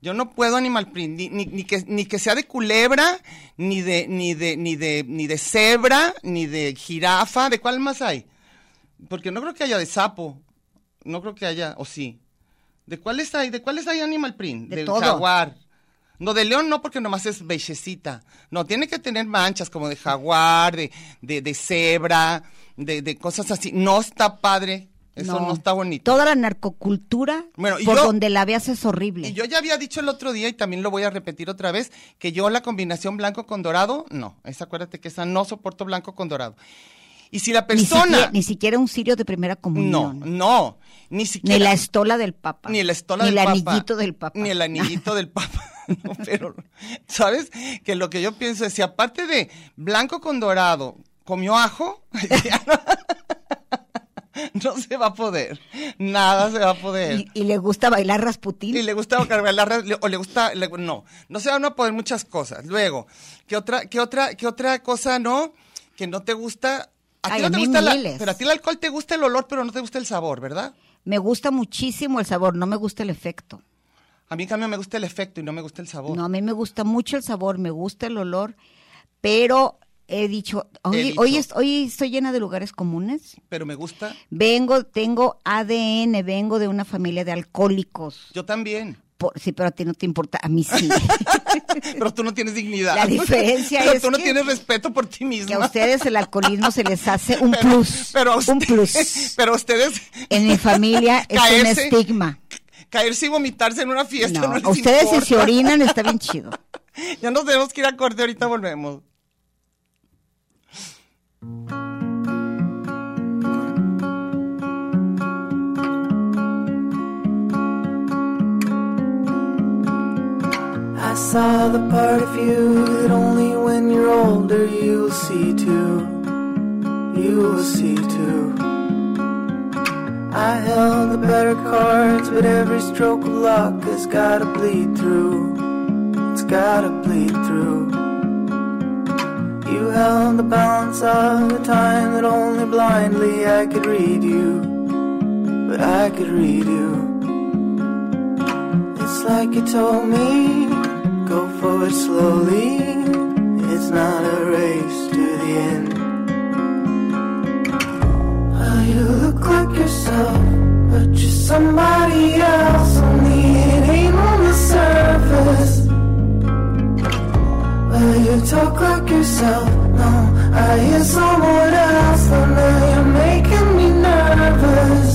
S3: Yo no puedo animal print, ni, ni, ni que, ni que sea de culebra, ni de, ni de, ni de, ni de cebra, ni de jirafa, ¿de cuál más hay? Porque no creo que haya de sapo, no creo que haya, o sí. ¿De cuáles hay? ¿De cuáles hay animal print?
S1: De
S3: Del
S1: todo.
S3: jaguar. No, de león no, porque nomás es bellecita. No, tiene que tener manchas como de jaguar, de, de, de cebra, de, de cosas así. No está padre. Eso no, está bonito.
S1: Toda la narcocultura,
S3: Bueno, y
S1: por
S3: yo-
S1: donde la veas, es horrible.
S3: Y yo ya había dicho el otro día y también lo voy a repetir otra vez, que yo la combinación blanco con dorado, no, esa acuérdate que esa no soporto blanco con dorado. Y si la
S1: ni, siquiera,
S3: persona...
S1: ni siquiera un sirio de primera
S3: no,
S1: comunión.
S3: no, ni siquiera...
S1: Ni la estola del papa.
S3: Ni la estola
S1: Ni
S3: del
S1: el
S3: papa.
S1: anillito del papa.
S3: Ni el anillito del papa. No, pero, ¿sabes? Que lo que yo pienso es, si aparte de blanco con dorado, comió ajo, ya no, no se va a poder. Nada se va a poder.
S1: Y, y le gusta bailar Rasputín.
S3: Y le gusta cargar la red, le- o le gusta, le- no, no se van a poder muchas cosas. Luego, ¿qué otra, qué otra, qué otra cosa no? Que no te gusta, a ti
S1: Ay,
S3: no
S1: a
S3: te
S1: mí
S3: gusta la-
S1: miles.
S3: pero a ti el alcohol te gusta el olor, pero no te gusta el sabor, ¿verdad?
S1: Me gusta muchísimo el sabor, no me gusta el efecto.
S3: A mí en cambio me gusta el efecto y no me gusta el sabor.
S1: No, a mí me gusta mucho el sabor, me gusta el olor, pero he dicho, hoy,
S3: dicho.
S1: Hoy, es- hoy estoy llena de lugares comunes.
S3: Pero me gusta,
S1: Vengo, tengo ADN, vengo de una familia de alcohólicos.
S3: yo también.
S1: Por- sí, pero a ti no te importa, a mí sí.
S3: Pero tú no tienes dignidad.
S1: La diferencia
S3: pero
S1: es
S3: tú no
S1: que-
S3: tienes respeto por ti misma.
S1: que a ustedes el alcoholismo se les hace un plus.
S3: pero a
S1: un
S3: usted-
S1: plus.
S3: Pero a ustedes
S1: En mi familia es un
S3: Caerse.
S1: estigma.
S3: caerse y vomitarse en una fiesta no,
S1: No,
S3: les
S1: a ustedes si
S3: importa.
S1: se orinan está bien chido.
S3: Ya nos tenemos que ir a corte, ahorita volvemos.
S2: I saw the part of you that only when you're older you'll see too. You will see too. I held the better cards, but every stroke of luck has gotta bleed through. It's gotta bleed through. You held the balance of the time that only blindly I could read you. But I could read you. It's like you told me, go forward slowly. It's not a race to the end. Well, you look like yourself, but you're somebody else. Only it ain't on the surface. Well, you talk like yourself. No, I hear someone else, and now you're making me nervous.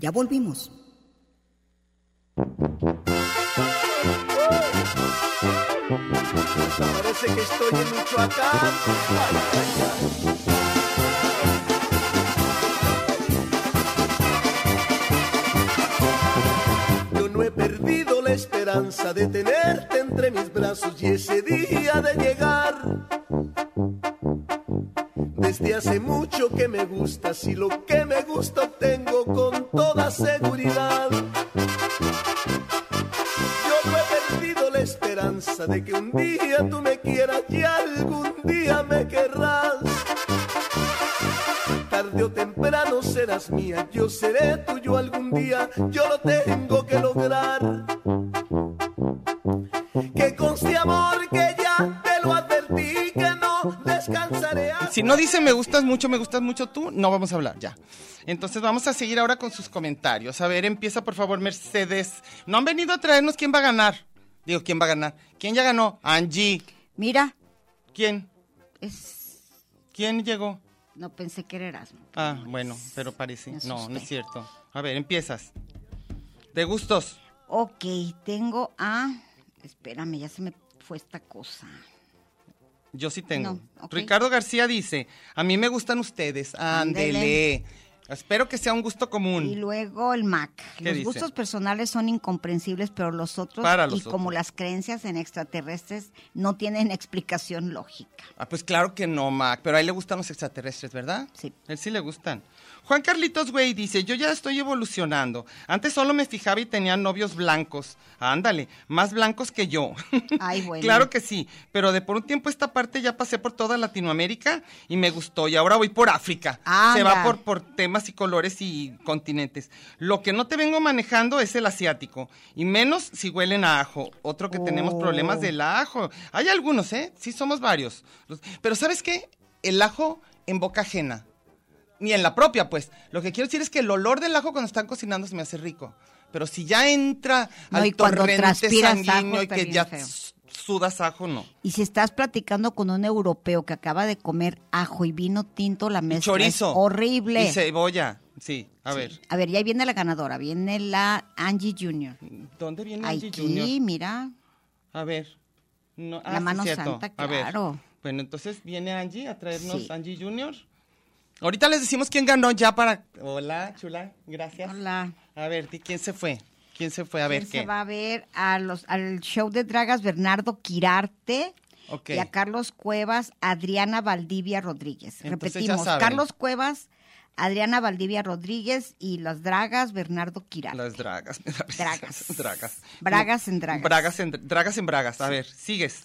S5: Ya volvimos.
S2: Parece que estoy en Michoacán. Yo no he perdido la esperanza.
S7: esperanza de tenerte entre mis brazos y ese día de llegar. Desde hace mucho que me gustas y lo que me gusta obtengo con toda seguridad. Yo no he perdido la esperanza de que un día tú me quieras y algún día me querrás. Tarde o temprano serás mía, yo seré tuyo algún día, yo lo tengo que lograr. Que conste amor que ya te lo advertí, que no descansaré hasta
S3: Si no dice me gustas mucho, me gustas mucho tú, no vamos a hablar ya. Entonces vamos a seguir ahora con sus comentarios. A ver, empieza por favor Mercedes. No han venido a traernos quién va a ganar. Digo, ¿quién va a ganar? ¿Quién ya ganó? Angie.
S1: Mira,
S3: ¿Quién?
S1: es...
S3: ¿Quién llegó?
S1: no pensé que era Erasmo.
S3: Ah, bueno, pero parece.
S1: Me
S3: No, no
S1: asusté.
S3: es cierto. A ver, empiezas. De gustos.
S1: Ok, tengo a... Espérame, ya se me fue esta cosa.
S3: Yo sí tengo.
S1: No, ok.
S3: Ricardo García dice, a mí me gustan ustedes. Ándele.
S1: Ándele.
S3: Espero que sea un gusto
S1: Y
S3: común.
S1: luego el Mac.
S3: ¿Qué
S1: Los
S3: dice?
S1: gustos personales son incomprensibles, pero los otros,
S3: Para
S1: y
S3: los
S1: como
S3: otros.
S1: las creencias en extraterrestres, no tienen explicación lógica.
S3: Ah, pues claro que no, Mac, pero a él le gustan los extraterrestres, ¿verdad?
S1: Sí.
S3: A él sí le gustan. Juan Carlitos Güey dice, yo ya estoy evolucionando. Antes solo me fijaba y tenía novios blancos. Ándale, más blancos que yo.
S1: Ay, bueno.
S3: claro que sí, pero de por un tiempo esta parte ya pasé por toda Latinoamérica y me gustó y ahora voy por África. Se va
S1: Anda.
S3: por, por temas y colores y continentes. Lo que no te vengo manejando es el asiático, y menos si huelen a ajo. Otro que tenemos
S1: Oh.
S3: problemas del ajo. Hay algunos, ¿eh? Sí, somos varios. Los- Pero ¿sabes qué? El ajo en boca ajena. Ni en la propia, pues. Lo que quiero decir es que el olor del ajo cuando están cocinando se me hace rico. Pero si ya entra
S1: No,
S3: al
S1: y cuando
S3: torrente
S1: transpiras ajo
S3: sanguíneo y
S1: está
S3: que
S1: bien
S3: ya
S1: feo.
S3: s- sudas ajo, no.
S1: Y si estás platicando con un europeo que acaba de comer ajo y vino tinto, la mezcla
S3: Chorizo.
S1: es horrible.
S3: Y cebolla. Sí, a ver.
S1: A ver, ya viene la ganadora, viene la Angie Junior.
S3: ¿Dónde viene Angie
S1: Aquí,
S3: Junior?
S1: mira.
S3: A ver. No, ah,
S1: La
S3: sí,
S1: mano
S3: cierto.
S1: santa,
S3: A ver.
S1: claro.
S3: Bueno, entonces viene Angie a traernos
S1: Sí.
S3: Angie Junior. Ahorita les decimos quién ganó ya para... Hola, chula, gracias.
S1: Hola.
S3: A ver, di quién se fue. ¿Quién se fue? A ver
S1: ¿Quién
S3: qué.
S1: Se va a ver a los, al show de dragas Bernardo Quirarte.
S3: Ok.
S1: Y a Carlos Cuevas, Adriana Valdivia Rodríguez.
S3: Entonces, ya
S1: Repetimos,
S3: saben.
S1: Carlos Cuevas, Adriana Valdivia Rodríguez y las dragas Bernardo Quirarte.
S3: Las dragas. me da risa.
S1: Dragas.
S3: dragas.
S1: Bragas en dragas.
S3: Bragas en, dragas en bragas. A ver, sigues.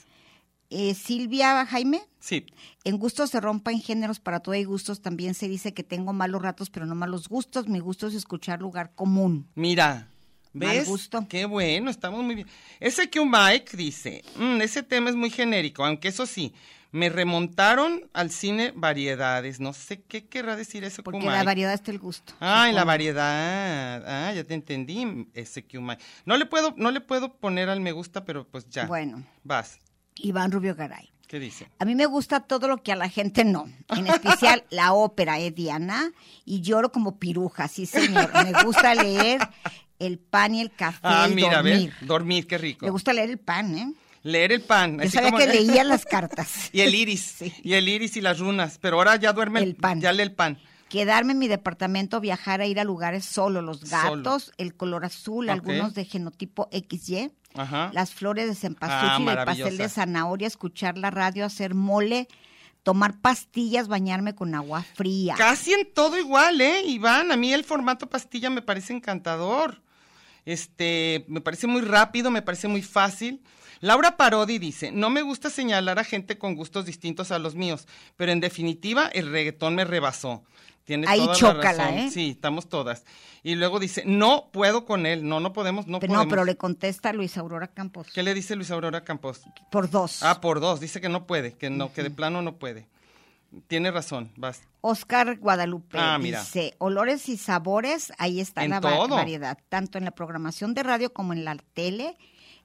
S1: Eh, Silvia Jaime,
S3: Sí.
S1: En gustos se rompen géneros para todo hay gustos. También se dice que tengo malos ratos, pero no malos gustos. Mi gusto es escuchar lugar común.
S3: Mira,
S1: Mal
S3: ¿ves?
S1: gusto.
S3: Qué bueno, estamos muy bien. Ese que un Mike dice, "Mm, ese tema es muy genérico, aunque eso sí, me remontaron al cine variedades. No sé qué querrá decir eso
S1: Porque
S3: Q
S1: la
S3: Mike.
S1: variedad está el gusto.
S3: Ah, en la
S1: Supongo.
S3: variedad. Ah, ya te entendí, ese que un Mike. No le puedo, no le puedo poner al me gusta, pero pues ya.
S1: Bueno.
S3: Vas.
S1: Iván Rubio Garay.
S3: ¿Qué dice?
S1: A mí me gusta todo lo que a la gente no. En especial la ópera, ¿eh, Diana? Y lloro como piruja, sí, señor. Me gusta leer el pan y el café.
S3: Ah,
S1: el
S3: mira,
S1: dormir.
S3: a ver, dormir, qué rico.
S1: Me gusta leer el pan, ¿eh?
S3: Leer el pan.
S1: Yo
S3: así
S1: sabía
S3: como-
S1: que leía las cartas.
S3: Y el iris, y el iris y las runas, pero ahora ya duerme
S1: El pan.
S3: Ya lee el pan.
S1: Quedarme en mi departamento, viajar a ir a lugares solo, los
S3: Solo.
S1: gatos, el color azul,
S3: Ok.
S1: algunos de genotipo XY,
S3: Ajá.
S1: las flores de
S3: Ah,
S1: cempasúchil, el pastel de
S3: maravillosa.
S1: zanahoria, escuchar la radio, hacer mole, tomar pastillas, bañarme con agua fría.
S3: Casi en todo igual, ¿eh, Iván? A mí el formato pastilla me parece encantador. Este, me parece muy rápido, me parece muy fácil. Laura Parodi dice, no me gusta señalar a gente con gustos distintos a los míos, pero en definitiva el reggaetón me rebasó. Tienes
S1: Ahí
S3: toda la
S1: chócala,
S3: razón.
S1: ¿eh?
S3: Sí, estamos todas. Y luego dice, no puedo con él, no, no podemos, no
S1: pero
S3: podemos.
S1: no, pero le contesta Luis Aurora Campos.
S3: ¿Qué le dice Luis Aurora Campos?
S1: Por dos.
S3: Ah, por dos, dice que no puede, que no, que de plano no puede. Tiene razón, vas.
S1: Oscar Guadalupe
S3: Ah, mira.
S1: dice, olores y sabores, ahí está
S3: En
S1: la va-
S3: todo.
S1: variedad, tanto en la programación de radio como en la tele,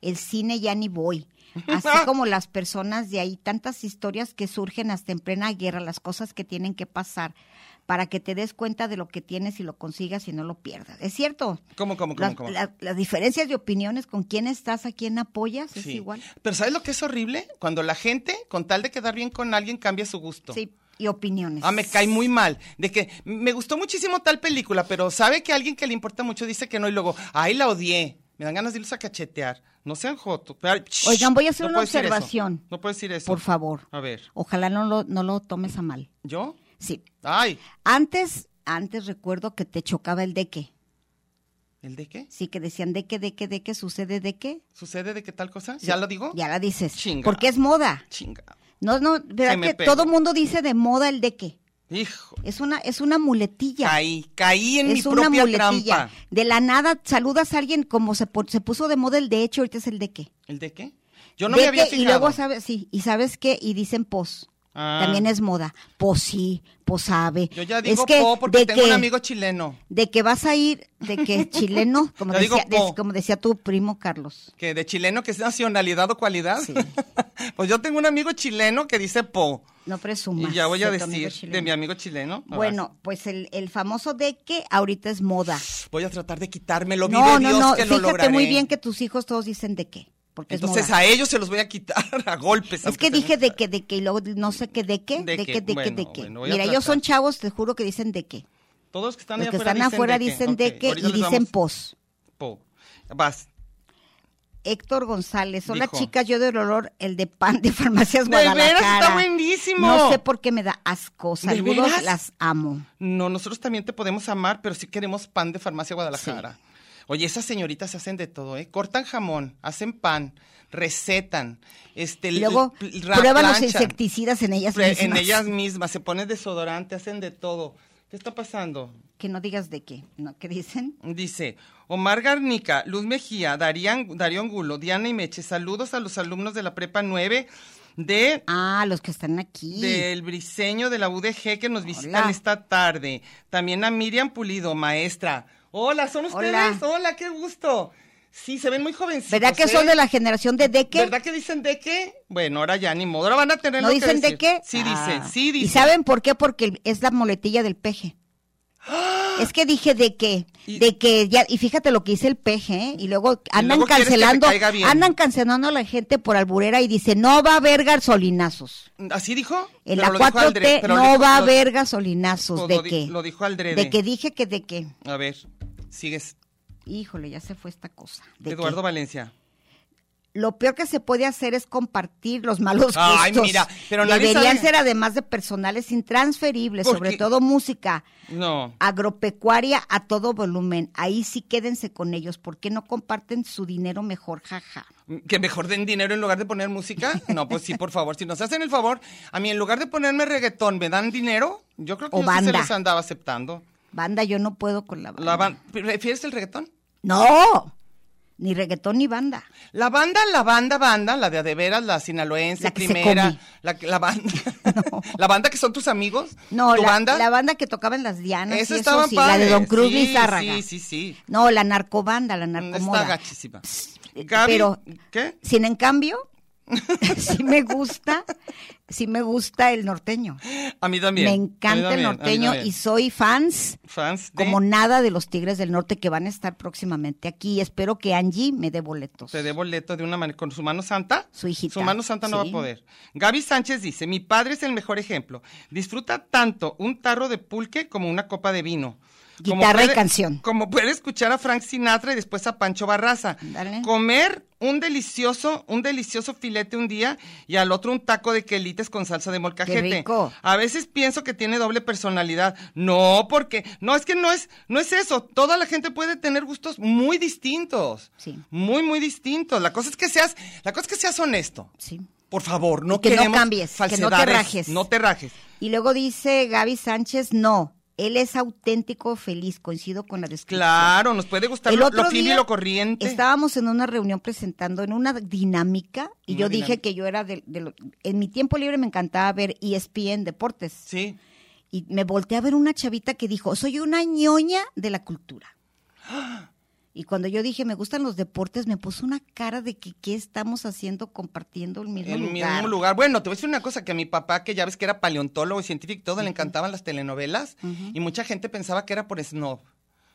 S1: el cine ya ni voy. Así como las personas de ahí, tantas historias que surgen hasta en plena guerra, las cosas que tienen que pasar para que te des cuenta de lo que tienes y lo consigas y no lo pierdas. ¿Es cierto?
S3: ¿Cómo, cómo, cómo,
S1: Las,
S3: cómo?
S1: la- las diferencias de opiniones, con quién estás, a quién apoyas, es
S3: Sí.
S1: igual.
S3: Pero ¿sabes lo que es horrible? Cuando la gente, con tal de quedar bien con alguien, cambia su gusto.
S1: Sí, y opiniones.
S3: Ah, me cae muy mal. De que me gustó muchísimo tal película, pero sabe que alguien que le importa mucho dice que no y luego, ay, la odié. me dan ganas de irlos a cachetear. No sean jotos. Pero, shh,
S1: Oigan, voy a hacer
S3: no
S1: una
S3: puedo decir eso,
S1: observación.
S3: No puedo decir eso.
S1: Por favor.
S3: A ver,
S1: Ojalá no lo, no lo tomes a mal.
S3: ¿yo?
S1: Sí.
S3: Ay,
S1: Antes, antes recuerdo que te chocaba el de qué.
S3: ¿el de qué?
S1: Sí, que decían de qué, de qué, de qué, sucede de qué.
S3: ¿Sucede de qué tal cosa? ¿Ya lo digo?
S1: Ya la dices.
S3: Chinga.
S1: Porque es moda.
S3: Chinga.
S1: No, no, ¿verdad
S3: Se me
S1: que
S3: pegó.
S1: todo mundo dice de moda el de qué?
S3: Hijo.
S1: Es una, es una muletilla.
S3: Caí, caí en
S1: es
S3: mi
S1: una
S3: propia
S1: muletilla.
S3: trampa.
S1: De la nada saludas a alguien como se, po- se puso de moda el de hecho, ahorita es el de qué.
S3: ¿El de qué? Yo no
S1: De
S3: me había
S1: que-
S3: fijado.
S1: Y luego sabes, sí, y sabes qué, y dicen pos.
S3: Ah.
S1: También es moda. Pos sí, pos sabe.
S3: Yo ya
S1: es
S3: digo
S1: que
S3: po porque
S1: de
S3: tengo un
S1: que-
S3: amigo chileno
S1: De que vas a ir, de que es chileno, como,
S3: Yo digo
S1: decía, de-
S3: po.
S1: como decía tu primo Carlos.
S3: que de chileno que es nacionalidad o cualidad.
S1: Sí.
S3: pues yo tengo un amigo chileno que dice po
S1: No presumas.
S3: y ya voy a
S1: de tu amigo
S3: decir de
S1: chileno.
S3: mi amigo chileno. Ahora
S1: Bueno, pues el, el famoso de que ahorita es moda.
S3: sí. voy a tratar de quitármelo. Vive
S1: No, no,
S3: Dios
S1: no,
S3: que
S1: fíjate
S3: lo lograré.
S1: muy bien que tus hijos todos dicen de qué, porque es
S3: Entonces
S1: moda.
S3: a ellos se los voy a quitar a golpes.
S1: Es que dije de qué, de qué, y luego no sé qué, de qué, de,
S3: De qué,
S1: qué, de qué, de
S3: bueno,
S1: qué.
S3: bueno, voy a
S1: Mira, ellos
S3: tratar.
S1: son chavos, te juro que dicen de qué.
S3: Todos los que están,
S1: Los
S3: allá
S1: que
S3: afuera
S1: están afuera dicen de
S3: Ok,
S1: qué
S3: ahorita
S1: y
S3: les
S1: dicen
S3: damos
S1: pos.
S3: po. Vas.
S1: Héctor González, hola
S3: Dijo.
S1: chicas, yo del olor el de pan de farmacias
S3: De veras,
S1: Guadalajara.
S3: está buenísimo.
S1: No sé por qué me da asco.
S3: ¿De
S1: Saludos,
S3: veras?
S1: las amo.
S3: No, nosotros también te podemos amar, pero sí queremos pan de Farmacia Guadalajara. Oye, esas señoritas hacen de todo, ¿eh? Cortan jamón, hacen pan, recetan, este,
S1: Y
S3: l-
S1: luego
S3: pl- ra-
S1: prueban los
S3: planchan,
S1: insecticidas en ellas
S3: pre-
S1: mismas.
S3: en ellas mismas, se ponen desodorante, hacen de todo. ¿Qué está pasando?
S1: Que no digas de qué, ¿no? ¿Qué dicen?
S3: Dice Omar Garnica, Luz Mejía, Darían, Darío Angulo, Diana y Meche, saludos a los alumnos de la prepa 9 de
S1: Ah, los que están aquí.
S3: del briseño de la UDG que nos visitan
S1: Hola.
S3: esta tarde. También a Miriam Pulido, maestra. Hola, ¿son ustedes?
S1: Hola.
S3: Hola, qué gusto. Sí, se ven muy jovencitos.
S1: ¿Verdad que
S3: ¿eh?
S1: son de la generación de de qué?
S3: ¿Verdad que dicen de qué? Bueno, ahora ya ni modo. Ahora van a tener
S1: ¿No
S3: lo que
S1: dicen de
S3: decir.
S1: qué?
S3: Sí
S1: Ah.
S3: dicen, sí dicen.
S1: ¿Y saben por qué? Porque el- es la moletilla del peje. Es que dije de qué,
S3: ¡Ah! Y-
S1: de que ya, y fíjate lo que dice el peje, ¿eh? y luego andan
S3: luego quieres que te
S1: cancelando,
S3: caiga bien.
S1: andan cancelando a la gente por alburera y dice no va a haber gasolinazos.
S3: ¿Así dijo?
S1: En
S3: Pero
S1: la
S3: lo dijo Aldre-
S1: 4T
S3: pero lo
S1: no
S3: dijo-
S1: va a
S3: lo-
S1: haber gasolinazos,
S3: lo
S1: de
S3: di-
S1: qué,
S3: Lo dijo Aldrede.
S1: de que dije que de qué,
S3: A ver, sigues.
S1: híjole, ya se fue esta cosa. ¿De
S3: Eduardo
S1: qué?
S3: Valencia.
S1: Lo peor que se puede hacer es compartir los malos gustos.
S3: Ay, mira, pero nadie
S1: Deberían
S3: sabe-
S1: ser además de personales intransferibles,
S3: Porque-
S1: sobre todo música.
S3: No.
S1: agropecuaria a todo volumen. Ahí sí quédense con ellos. ¿Por qué no comparten su dinero mejor? Jaja.
S3: que mejor den dinero en lugar de poner música. No, pues sí, por favor, si nos hacen el favor, a mí en lugar de ponerme reggaetón, ¿me dan dinero? Yo creo que
S1: O
S3: yo sí se
S1: banda.
S3: los andaba aceptando.
S1: Banda, yo no puedo con la banda.
S3: La ban- ¿Prefieres el reggaetón?
S1: No, ni reggaetón ni banda.
S3: La banda, la banda, banda, la de a de veras, la sinaloense,
S1: La que se
S3: primera,
S1: come.
S3: la, la banda, la banda que son tus amigos,
S1: No,
S3: tu
S1: la
S3: banda,
S1: la banda que tocaban las dianas.
S3: Esas
S1: y eso
S3: estaban
S1: sí, la de Don
S3: padres.
S1: Cruz
S3: Sí,
S1: Lizárraga.
S3: sí, sí, sí.
S1: No, la narcobanda, la
S3: está
S1: narcomoda.
S3: gachísima.
S1: Eh,
S3: Gaby,
S1: Pero,
S3: ¿qué?
S1: sin en cambio, sí me gusta, sí me gusta el norteño.
S3: A mí también.
S1: me
S3: a mí
S1: encanta el
S3: también, a mí
S1: norteño
S3: también.
S1: y soy fans.
S3: fans de-
S1: como nada de los Tigres del Norte que van a estar próximamente aquí. Espero que Angie me dé boletos.
S3: Se dé boleto de una manera con su mano santa.
S1: Su hijita,
S3: Su mano santa no va
S1: sí.
S3: a poder. Gaby Sánchez dice, mi padre es el mejor ejemplo. Disfruta tanto un tarro de pulque como una copa de vino. Como
S1: Guitarra y canción.
S3: Como puede escuchar a Frank Sinatra y después a Pancho Barraza.
S1: Ándale.
S3: Comer un delicioso, un delicioso filete un día y al otro un taco de quelites con salsa de molcajete.
S1: rico.
S3: A veces pienso que tiene doble personalidad. No, porque no es que no es no es eso. Toda la gente puede tener gustos muy distintos.
S1: Sí.
S3: Muy muy distintos. La cosa es que seas la cosa es que seas honesto.
S1: Sí.
S3: Por favor,
S1: Y
S3: no
S1: que no
S3: queremos
S1: cambies, que no te
S3: falsedades.
S1: rajes.
S3: No te rajes.
S1: Y luego dice Gaby Sánchez, no, él es auténtico, feliz, coincido con la descripción.
S3: Claro, nos puede gustar
S1: El
S3: lo,
S1: otro
S3: lo fino y
S1: día
S3: lo corriente.
S1: Estábamos en una reunión presentando en una dinámica y
S3: Una
S1: yo dije
S3: dinámica.
S1: que yo era de, de lo- en mi tiempo libre me encantaba ver E ESPN deportes
S3: Sí.
S1: y me volteé a ver una chavita que dijo, soy una ñoña de la cultura. Y cuando yo dije, me gustan los deportes, me puso una cara de que qué estamos haciendo compartiendo el mismo
S3: En el
S1: lugar.
S3: mismo lugar. Bueno, te voy a decir una cosa, que a mi papá, que ya ves que era paleontólogo y científico, y todo, le encantaban las telenovelas y mucha gente pensaba que era por snob,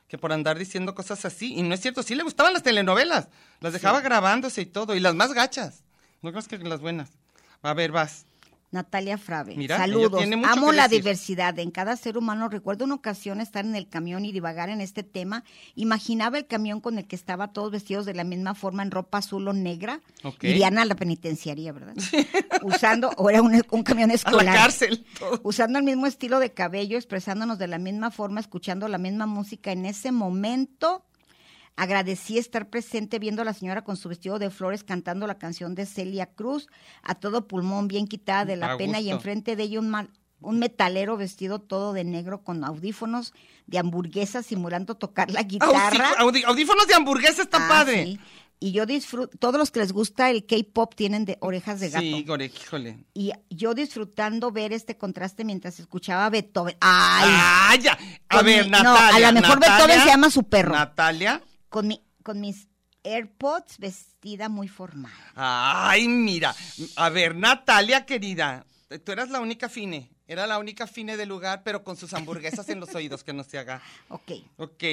S3: que por andar diciendo cosas así. Y no es cierto, sí le gustaban las telenovelas, las dejaba grabándose y todo, y las más gachas. No crees que las buenas. A ver, vas.
S1: Natalia Frave.
S3: Mira, ella
S1: Saludos.
S3: tiene mucho
S1: Amo
S3: que
S1: la
S3: decir.
S1: diversidad en cada ser humano. Recuerdo una ocasión estar en el camión y divagar en este tema. Imaginaba el camión con el que estaba todos vestidos de la misma forma en ropa azul o negra.
S3: Ok.
S1: Irían a la penitenciaría, ¿verdad? Usando, o era un, un camión escolar.
S3: cárcel, todo.
S1: Usando el mismo estilo de cabello, expresándonos de la misma forma, escuchando la misma música. En ese momento Agradecí estar presente viendo a la señora con su vestido de flores cantando la canción de Celia Cruz, a todo pulmón, bien quitada de la
S3: A
S1: pena, y
S3: gusto.
S1: enfrente de ella un, ma- un metalero vestido todo de negro con audífonos de hamburguesa simulando tocar la guitarra.
S3: Audí- audí- audífonos de hamburguesa Ah, está
S1: Ah,
S3: padre.
S1: sí. Y yo disfruto, todos los que les gusta el K-pop tienen de orejas de gato.
S3: Sí, gore, híjole.
S1: y yo disfrutando ver este contraste mientras escuchaba a Beethoven. ¡Ay!
S3: Ah, ya. A
S1: Con
S3: ver,
S1: mi- no,
S3: Natalia.
S1: a lo mejor
S3: Natalia-
S1: Beethoven se llama su perro.
S3: Natalia.
S1: Con, mi, con mis AirPods vestida muy formal.
S3: Ay, mira. A ver, Natalia, querida. Tú eras la única fine. Era la única fine del lugar, pero con sus hamburguesas en los oídos, que no se haga.
S1: Ok.
S3: Ok.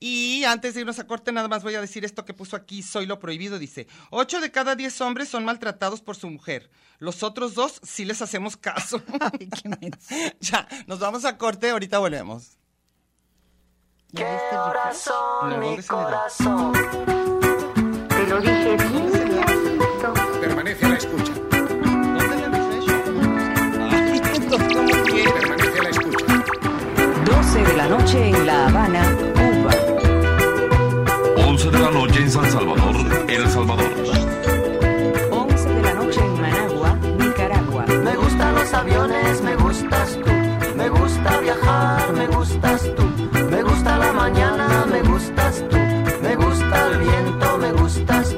S3: Y antes de irnos a corte, nada más voy a decir esto que puso aquí, soy lo prohibido, dice. Ocho de cada diez hombres son maltratados por su mujer. Los otros dos sí les hacemos caso.
S1: Ay, qué menso.
S3: ya, nos vamos a corte, ahorita volvemos.
S1: Ya viste, Ricardo.
S3: ¿Dónde se le da?
S8: Permanece a la escucha.
S3: ¿Dónde le refresco? Ay, no, ¿cómo que?
S8: Permanece a la escucha.
S2: 12 de la noche en La Habana, Cuba.
S9: 11 de la noche en San Salvador, El Salvador.
S2: 11 de la noche en Managua, Nicaragua.
S7: Me gustan los aviones, me gustas tú. Me gusta viajar, me gustas tú. Me gusta la mañana, me gustas tú. Me gusta el viento, me gustas tú.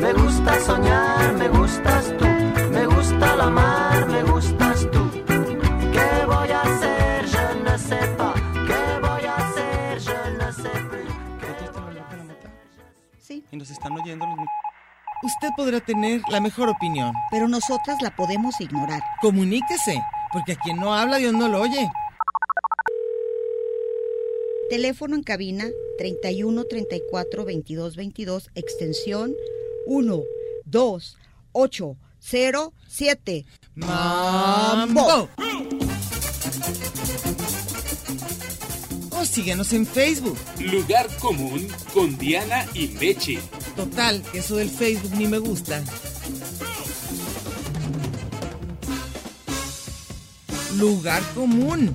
S7: Me gusta soñar, me gustas tú. Me gusta la mar, me gustas tú. ¿Qué voy a hacer? Je ne sais pas. ¿Qué voy a hacer? Je ne sais plus.
S1: Sí.
S3: Y nos están oyendo los... mu- Usted podrá tener la mejor opinión.
S5: Pero nosotras la podemos ignorar.
S3: Comuníquese, porque a quien no habla, Dios no lo oye.
S1: Teléfono en cabina 31 34 22 22, extensión 1, 2, 8, 0, 7.
S3: ¡Mambo! O síguenos en Facebook.
S8: Lugar común con Diana y Meche.
S3: Total, que eso del Facebook ni me gusta. Lugar común.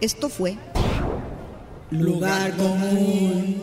S5: Esto fue
S3: Lugar común.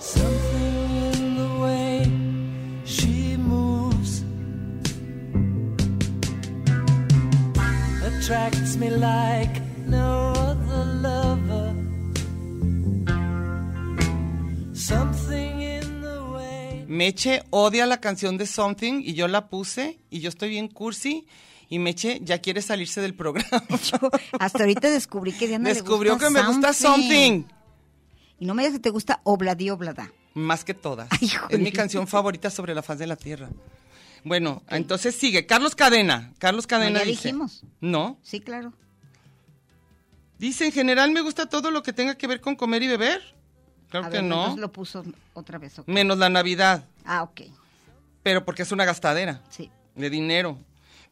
S2: Something in the way she moves attracts me like no other lover. Something in the way.
S3: Meche odia la canción de Something y yo la puse y yo estoy bien cursi y Meche ya quiere salirse del programa.
S1: Hasta ahorita descubrí que Diana le
S3: Descubrió
S1: gusta
S3: que me gusta Something.
S1: Y no me digas que te gusta Obladí Oblada.
S3: Más que todas.
S1: Ay,
S3: es
S1: joder.
S3: mi canción favorita sobre la faz de la tierra. Bueno, entonces sigue. Carlos Cadena. Carlos Cadena
S1: ya
S3: dice-
S1: dijimos.
S3: No.
S1: Sí, claro.
S3: Dice, en general me gusta todo lo que tenga que ver con comer y beber. Claro
S1: A
S3: que
S1: ver,
S3: no. Mm.
S1: entonces lo puso otra vez. ok.
S3: Menos la Navidad.
S1: Ah, ok.
S3: Pero porque es una gastadera.
S1: Sí.
S3: de dinero.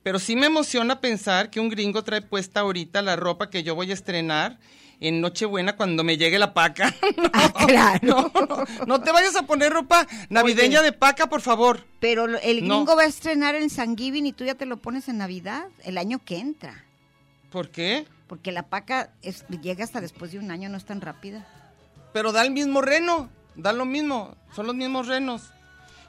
S3: Pero sí me emociona pensar que un gringo trae puesta ahorita la ropa que yo voy a estrenar en Nochebuena cuando me llegue la paca. No,
S1: Ah, claro.
S3: no, no, no te vayas a poner ropa navideña
S1: Oye.
S3: de paca, por favor.
S1: Pero lo- el
S3: No.
S1: gringo va a estrenar en San Giving y tú ya te lo pones en Navidad, el año que entra.
S3: ¿Por qué?
S1: Porque la paca es- llega hasta después de un año, no es tan rápida.
S3: Pero da el mismo reno, da lo mismo, son los mismos renos.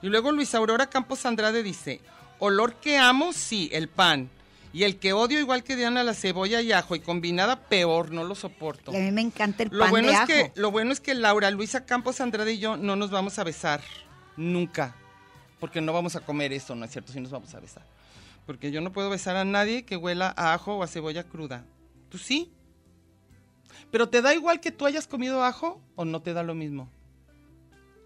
S3: Y luego Luis Aurora Campos Andrade dice, olor que amo, sí, el pan. Y el que odio igual que Diana la cebolla y ajo y combinada peor, no lo soporto.
S1: Y a mí me encanta el
S3: Lo
S1: pan
S3: bueno,
S1: de
S3: es
S1: ajo.
S3: que, lo bueno es que Laura Luisa Campos Andrade y yo no nos vamos a besar. nunca. Porque no vamos a comer eso, ¿no es cierto? Si nos vamos a besar. Porque yo no puedo besar a nadie que huela a ajo o a cebolla cruda. Tú sí. Pero te da igual que tú hayas comido ajo o no te da lo mismo.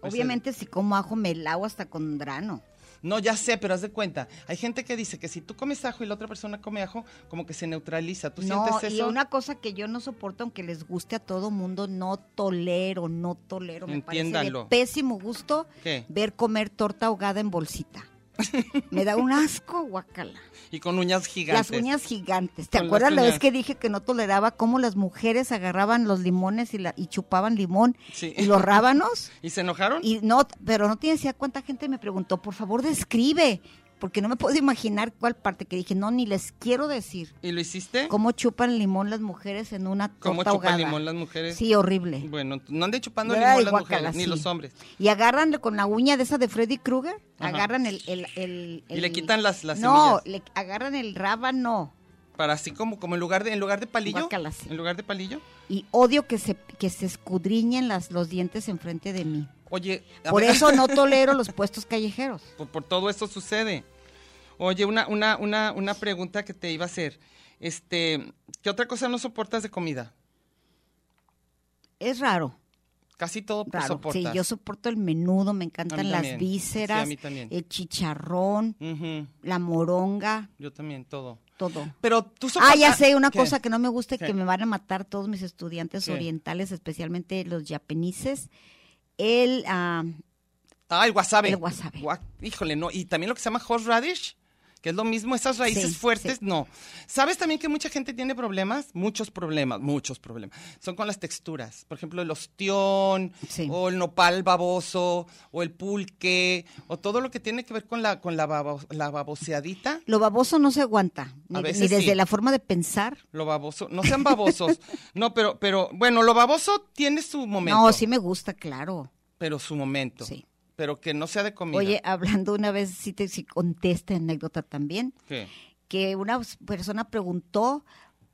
S3: O sea,
S1: Obviamente, si como ajo, me lavo hasta con grano.
S3: No, ya sé, pero haz de cuenta. Hay gente que dice que si tú comes ajo y la otra persona come ajo, como que se neutraliza. ¿Tú
S1: No,
S3: sientes
S1: y
S3: eso?
S1: una cosa que yo no soporto, aunque les guste a todo mundo, no tolero, no tolero. Me parece
S3: Entiéndanlo.
S1: de pésimo gusto
S3: ¿Qué?
S1: ver comer torta ahogada en bolsita. me da un asco, guacala.
S3: Y con uñas gigantes.
S1: Las uñas gigantes. ¿Te
S3: Con las
S1: acuerdas la vez
S3: uñas.
S1: que dije que no toleraba cómo las mujeres agarraban los limones y, la- y chupaban limón
S3: Sí.
S1: y los rábanos?
S3: ¿Y se enojaron?
S1: Y no, pero no tienes idea cuánta gente me preguntó, por favor describe, porque no me puedo imaginar cuál parte que dije, no, ni les quiero decir.
S3: ¿Y lo hiciste?
S1: ¿Cómo chupan limón las mujeres en una torta
S3: ¿Cómo chupan
S1: ahogada?
S3: limón las mujeres?
S1: Sí, horrible.
S3: Bueno, no anden chupando
S1: Ay,
S3: limón las
S1: guácala,
S3: mujeres, ni
S1: sí.
S3: los hombres.
S1: Y agarran con la uña de esa de Freddy Krueger,
S3: Ajá.
S1: agarran el, el, el-
S3: Y le
S1: el-
S3: quitan las- las
S1: No, le agarran el rábano.
S3: Para así como, como en lugar de, en lugar de palillo.
S1: Guácala, sí.
S3: En lugar de palillo.
S1: Y odio que se, que se escudriñen las, los dientes enfrente de mí.
S3: Oye, a
S1: Por
S3: ver,
S1: eso no tolero los puestos callejeros.
S3: por, por todo esto sucede. Oye, una, una, una, una pregunta que te iba a hacer. Este, ¿qué otra cosa no soportas de comida?
S1: Es raro.
S3: Casi todo pues,
S1: Raro.
S3: soportas.
S1: Sí, yo soporto el menudo, me
S3: A
S1: encantan
S3: mí
S1: las
S3: también.
S1: vísceras,
S3: Sí, a mí también.
S1: el chicharrón,
S3: Ujú,
S1: la moronga,
S3: yo también, todo.
S1: todo.
S3: Pero tú
S1: Ah,
S3: soportas-
S1: ya sé, una
S3: ¿Qué?
S1: cosa que no me gusta y
S3: ¿Qué?
S1: que me van a matar todos mis estudiantes
S3: ¿Qué?
S1: orientales, especialmente los japanices, el... ah,
S3: Ah, el wasabi.
S1: El wasabi.
S3: Gua- Híjole, no. Y también lo que se llama hot radish, que es lo mismo, esas raíces
S1: Sí, sí.
S3: fuertes, no. ¿Sabes también que mucha gente tiene problemas? Muchos problemas, muchos problemas. Son con las texturas. Por ejemplo, el ostión,
S1: Sí.
S3: o el nopal baboso, o el pulque, o todo lo que tiene que ver con la, con la, babo- la baboseadita.
S1: lo baboso no se aguanta, ni,
S3: A
S1: ni
S3: veces
S1: desde
S3: sí.
S1: la forma de pensar.
S3: Lo baboso, no sean babosos. No, pero, pero, bueno, lo baboso tiene su momento.
S1: No, sí me gusta, claro.
S3: Pero su momento.
S1: Sí.
S3: Pero que no sea de comida.
S1: Oye, hablando una vez, si, te, si contesta anécdota también,
S3: ¿Qué?
S1: que una persona preguntó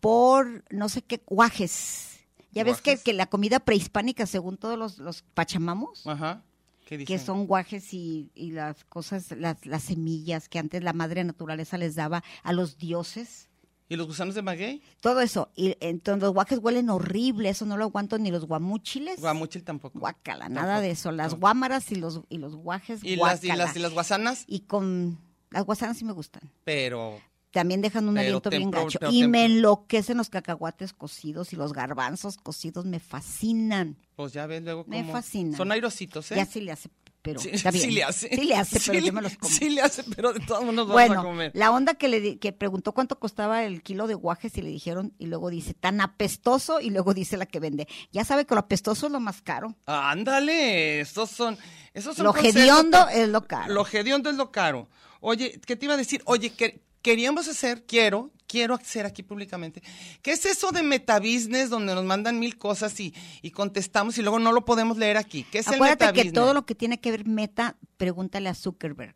S1: por no sé qué guajes. Ya ves que,
S3: ¿Guajes?
S1: que la comida prehispánica, según todos los, los pachamamos,
S3: Ajá. ¿Qué dicen?
S1: que son guajes y, y las cosas, las, las semillas que antes la madre naturaleza les daba a los dioses.
S3: ¿Y los gusanos de maguey?
S1: Todo eso. Y entonces los guajes huelen horrible, eso no lo aguanto ni los guamúchiles.
S3: Guamuchil tampoco.
S1: Guácala,
S3: Tampoco,
S1: nada de eso. Las
S3: tampoco.
S1: guámaras y los, y los guajes,
S3: Y las, y
S1: guácala.
S3: las, y las guasanas,
S1: Y con las guasanas sí me gustan.
S3: pero
S1: También dejan un
S3: Pero
S1: aliento bien
S3: tempro-
S1: gacho.
S3: pero
S1: Y me
S3: tempro-
S1: enloquecen los cacahuates cocidos y los garbanzos cocidos. Me fascinan.
S3: pues ya ves luego
S1: Me
S3: cómo-
S1: fascinan.
S3: Son airositos, ¿eh?
S1: Ya sí le hace, pero
S3: sí,
S1: está bien.
S3: sí le hace.
S1: Sí le hace, pero
S3: Sí
S1: yo
S3: le-
S1: me los como.
S3: Sí le hace, pero de todos modos los
S1: bueno,
S3: vamos a comer.
S1: la onda que le di- que preguntó cuánto costaba el kilo de guajes y le dijeron, y luego dice, tan apestoso, y luego dice la que vende. Ya sabe que lo apestoso es lo más caro.
S3: Ándale, esos son... Esos son
S1: Lo
S3: consejos
S1: hediondo
S3: que-
S1: es lo caro.
S3: Lo hediondo es lo caro. Oye, ¿qué te iba a decir? Oye, que, queríamos hacer, quiero, quiero hacer aquí públicamente. ¿Qué es eso de metabusiness donde nos mandan mil cosas y, y contestamos y luego no lo podemos leer aquí? ¿Qué es
S1: Acuérdate
S3: el
S1: que
S3: metabusiness?
S1: todo lo que tiene que ver meta, pregúntale a Zuckerberg.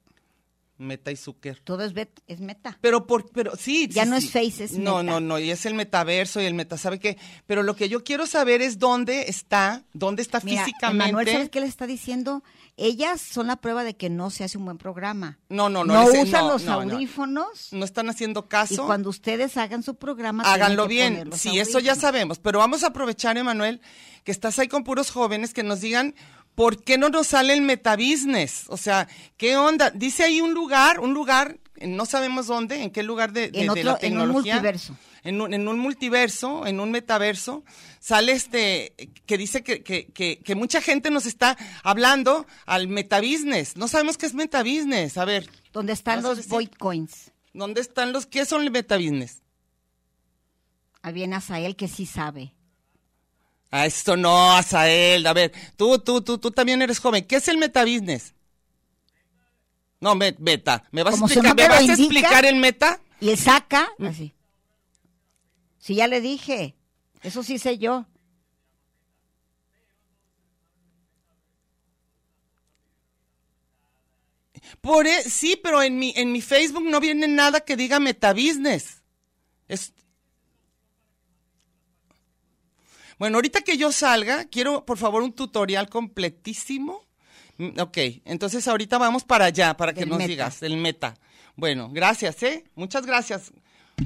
S3: Meta y Zucker.
S1: Todo es, bet- es meta.
S3: Pero por, pero sí.
S1: Ya
S3: sí,
S1: no
S3: sí.
S1: es Face, es
S3: No,
S1: Meta.
S3: no, no, y es el metaverso y el meta, ¿sabe qué? Pero lo que yo quiero saber es dónde está, dónde está
S1: Mira,
S3: físicamente.
S1: Manuel, ¿sabes qué le está diciendo? Ellas son la prueba de que no se hace un buen programa.
S3: No, no, no,
S1: No
S3: ese-
S1: usan
S3: no,
S1: los
S3: no, no.
S1: audífonos.
S3: No están haciendo caso.
S1: Y cuando ustedes hagan su programa, tienen
S3: Háganlo
S1: que poner
S3: bien.
S1: los
S3: Sí, eso ya
S1: audífonos.
S3: sabemos. Pero vamos a aprovechar, Emanuel, que estás ahí con puros jóvenes que nos digan por qué no nos sale el metabusiness. O sea, ¿qué onda? Dice ahí un lugar, un lugar, eh, no sabemos dónde, en qué lugar de, de-
S1: En
S3: de la
S1: otro- en un
S3: tecnología.
S1: multiverso.
S3: En un, en un multiverso, en un metaverso, sale este eh, que dice que, que- que- que mucha gente nos está hablando al metabusiness. No sabemos qué es metabusiness. A ver,
S1: Donde están
S3: ¿Vas a
S1: los
S3: decir?
S1: void coins.
S3: ¿dónde están los qué son el metabusiness?
S1: Ah, Bien, Azael, que sí sabe.
S3: A esto no, Azael. A ver, tú, tú, tú, tú también eres joven. ¿Qué es el metabusiness? No, me- meta. ¿Me vas a
S1: Como su
S3: explicar, ¿me
S1: nombre lo
S3: vas a
S1: indica.
S3: explicar el meta?
S1: Y él saca, así. Sí, ya le dije. Eso sí sé yo.
S3: Por e- sí, pero en mi, en mi Facebook no viene nada que diga metabusiness. Es... Bueno, ahorita que yo salga, quiero por favor un tutorial completísimo Mm, Ok, entonces ahorita vamos para allá, para que
S1: Del
S3: nos
S1: meta.
S3: digas el meta. Bueno, gracias, ¿eh? Muchas gracias.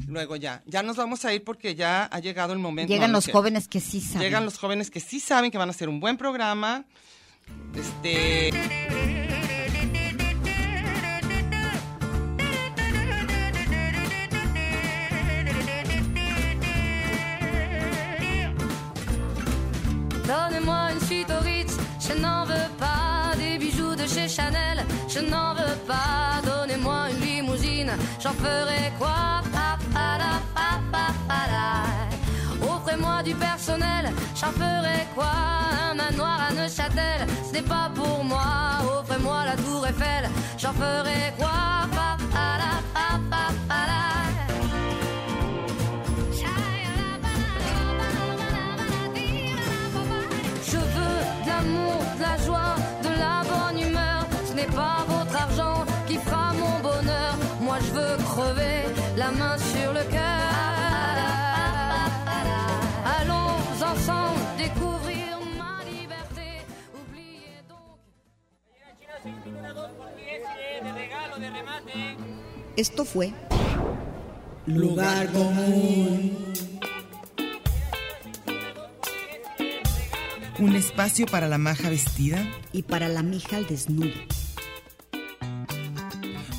S3: Luego ya, ya nos vamos a ir porque ya ha llegado el momento.
S1: Llegan
S3: No, no
S1: los
S3: sé.
S1: jóvenes que sí saben.
S3: Llegan los jóvenes que sí saben que van a hacer un buen programa. Este.
S4: Donnez-moi une suite au Ritz, je n'en veux pas des bijoux de chez Chanel, je n'en veux pas. Donnez-moi une limousine, j'en ferai quoi Pa, pa, la, pa, pa, pa, la. Offrez-moi du personnel, j'en ferai quoi Un manoir à Neuchâtel, ce n'est pas pour moi. Offrez-moi la tour Eiffel, j'en ferai quoi Pa, pa, la, pa, pa, pa, la. Je veux de l'amour, de la joie, de la bonne humeur. Ce n'est pas votre argent qui fera mon bonheur. Moi je veux crever la main sur le cœur. Allons ensemble découvrir ma liberté. Oubliez donc.
S5: Esto fue
S6: Lugar común. Un espacio para la maja vestida.
S5: Y para la mija al desnudo.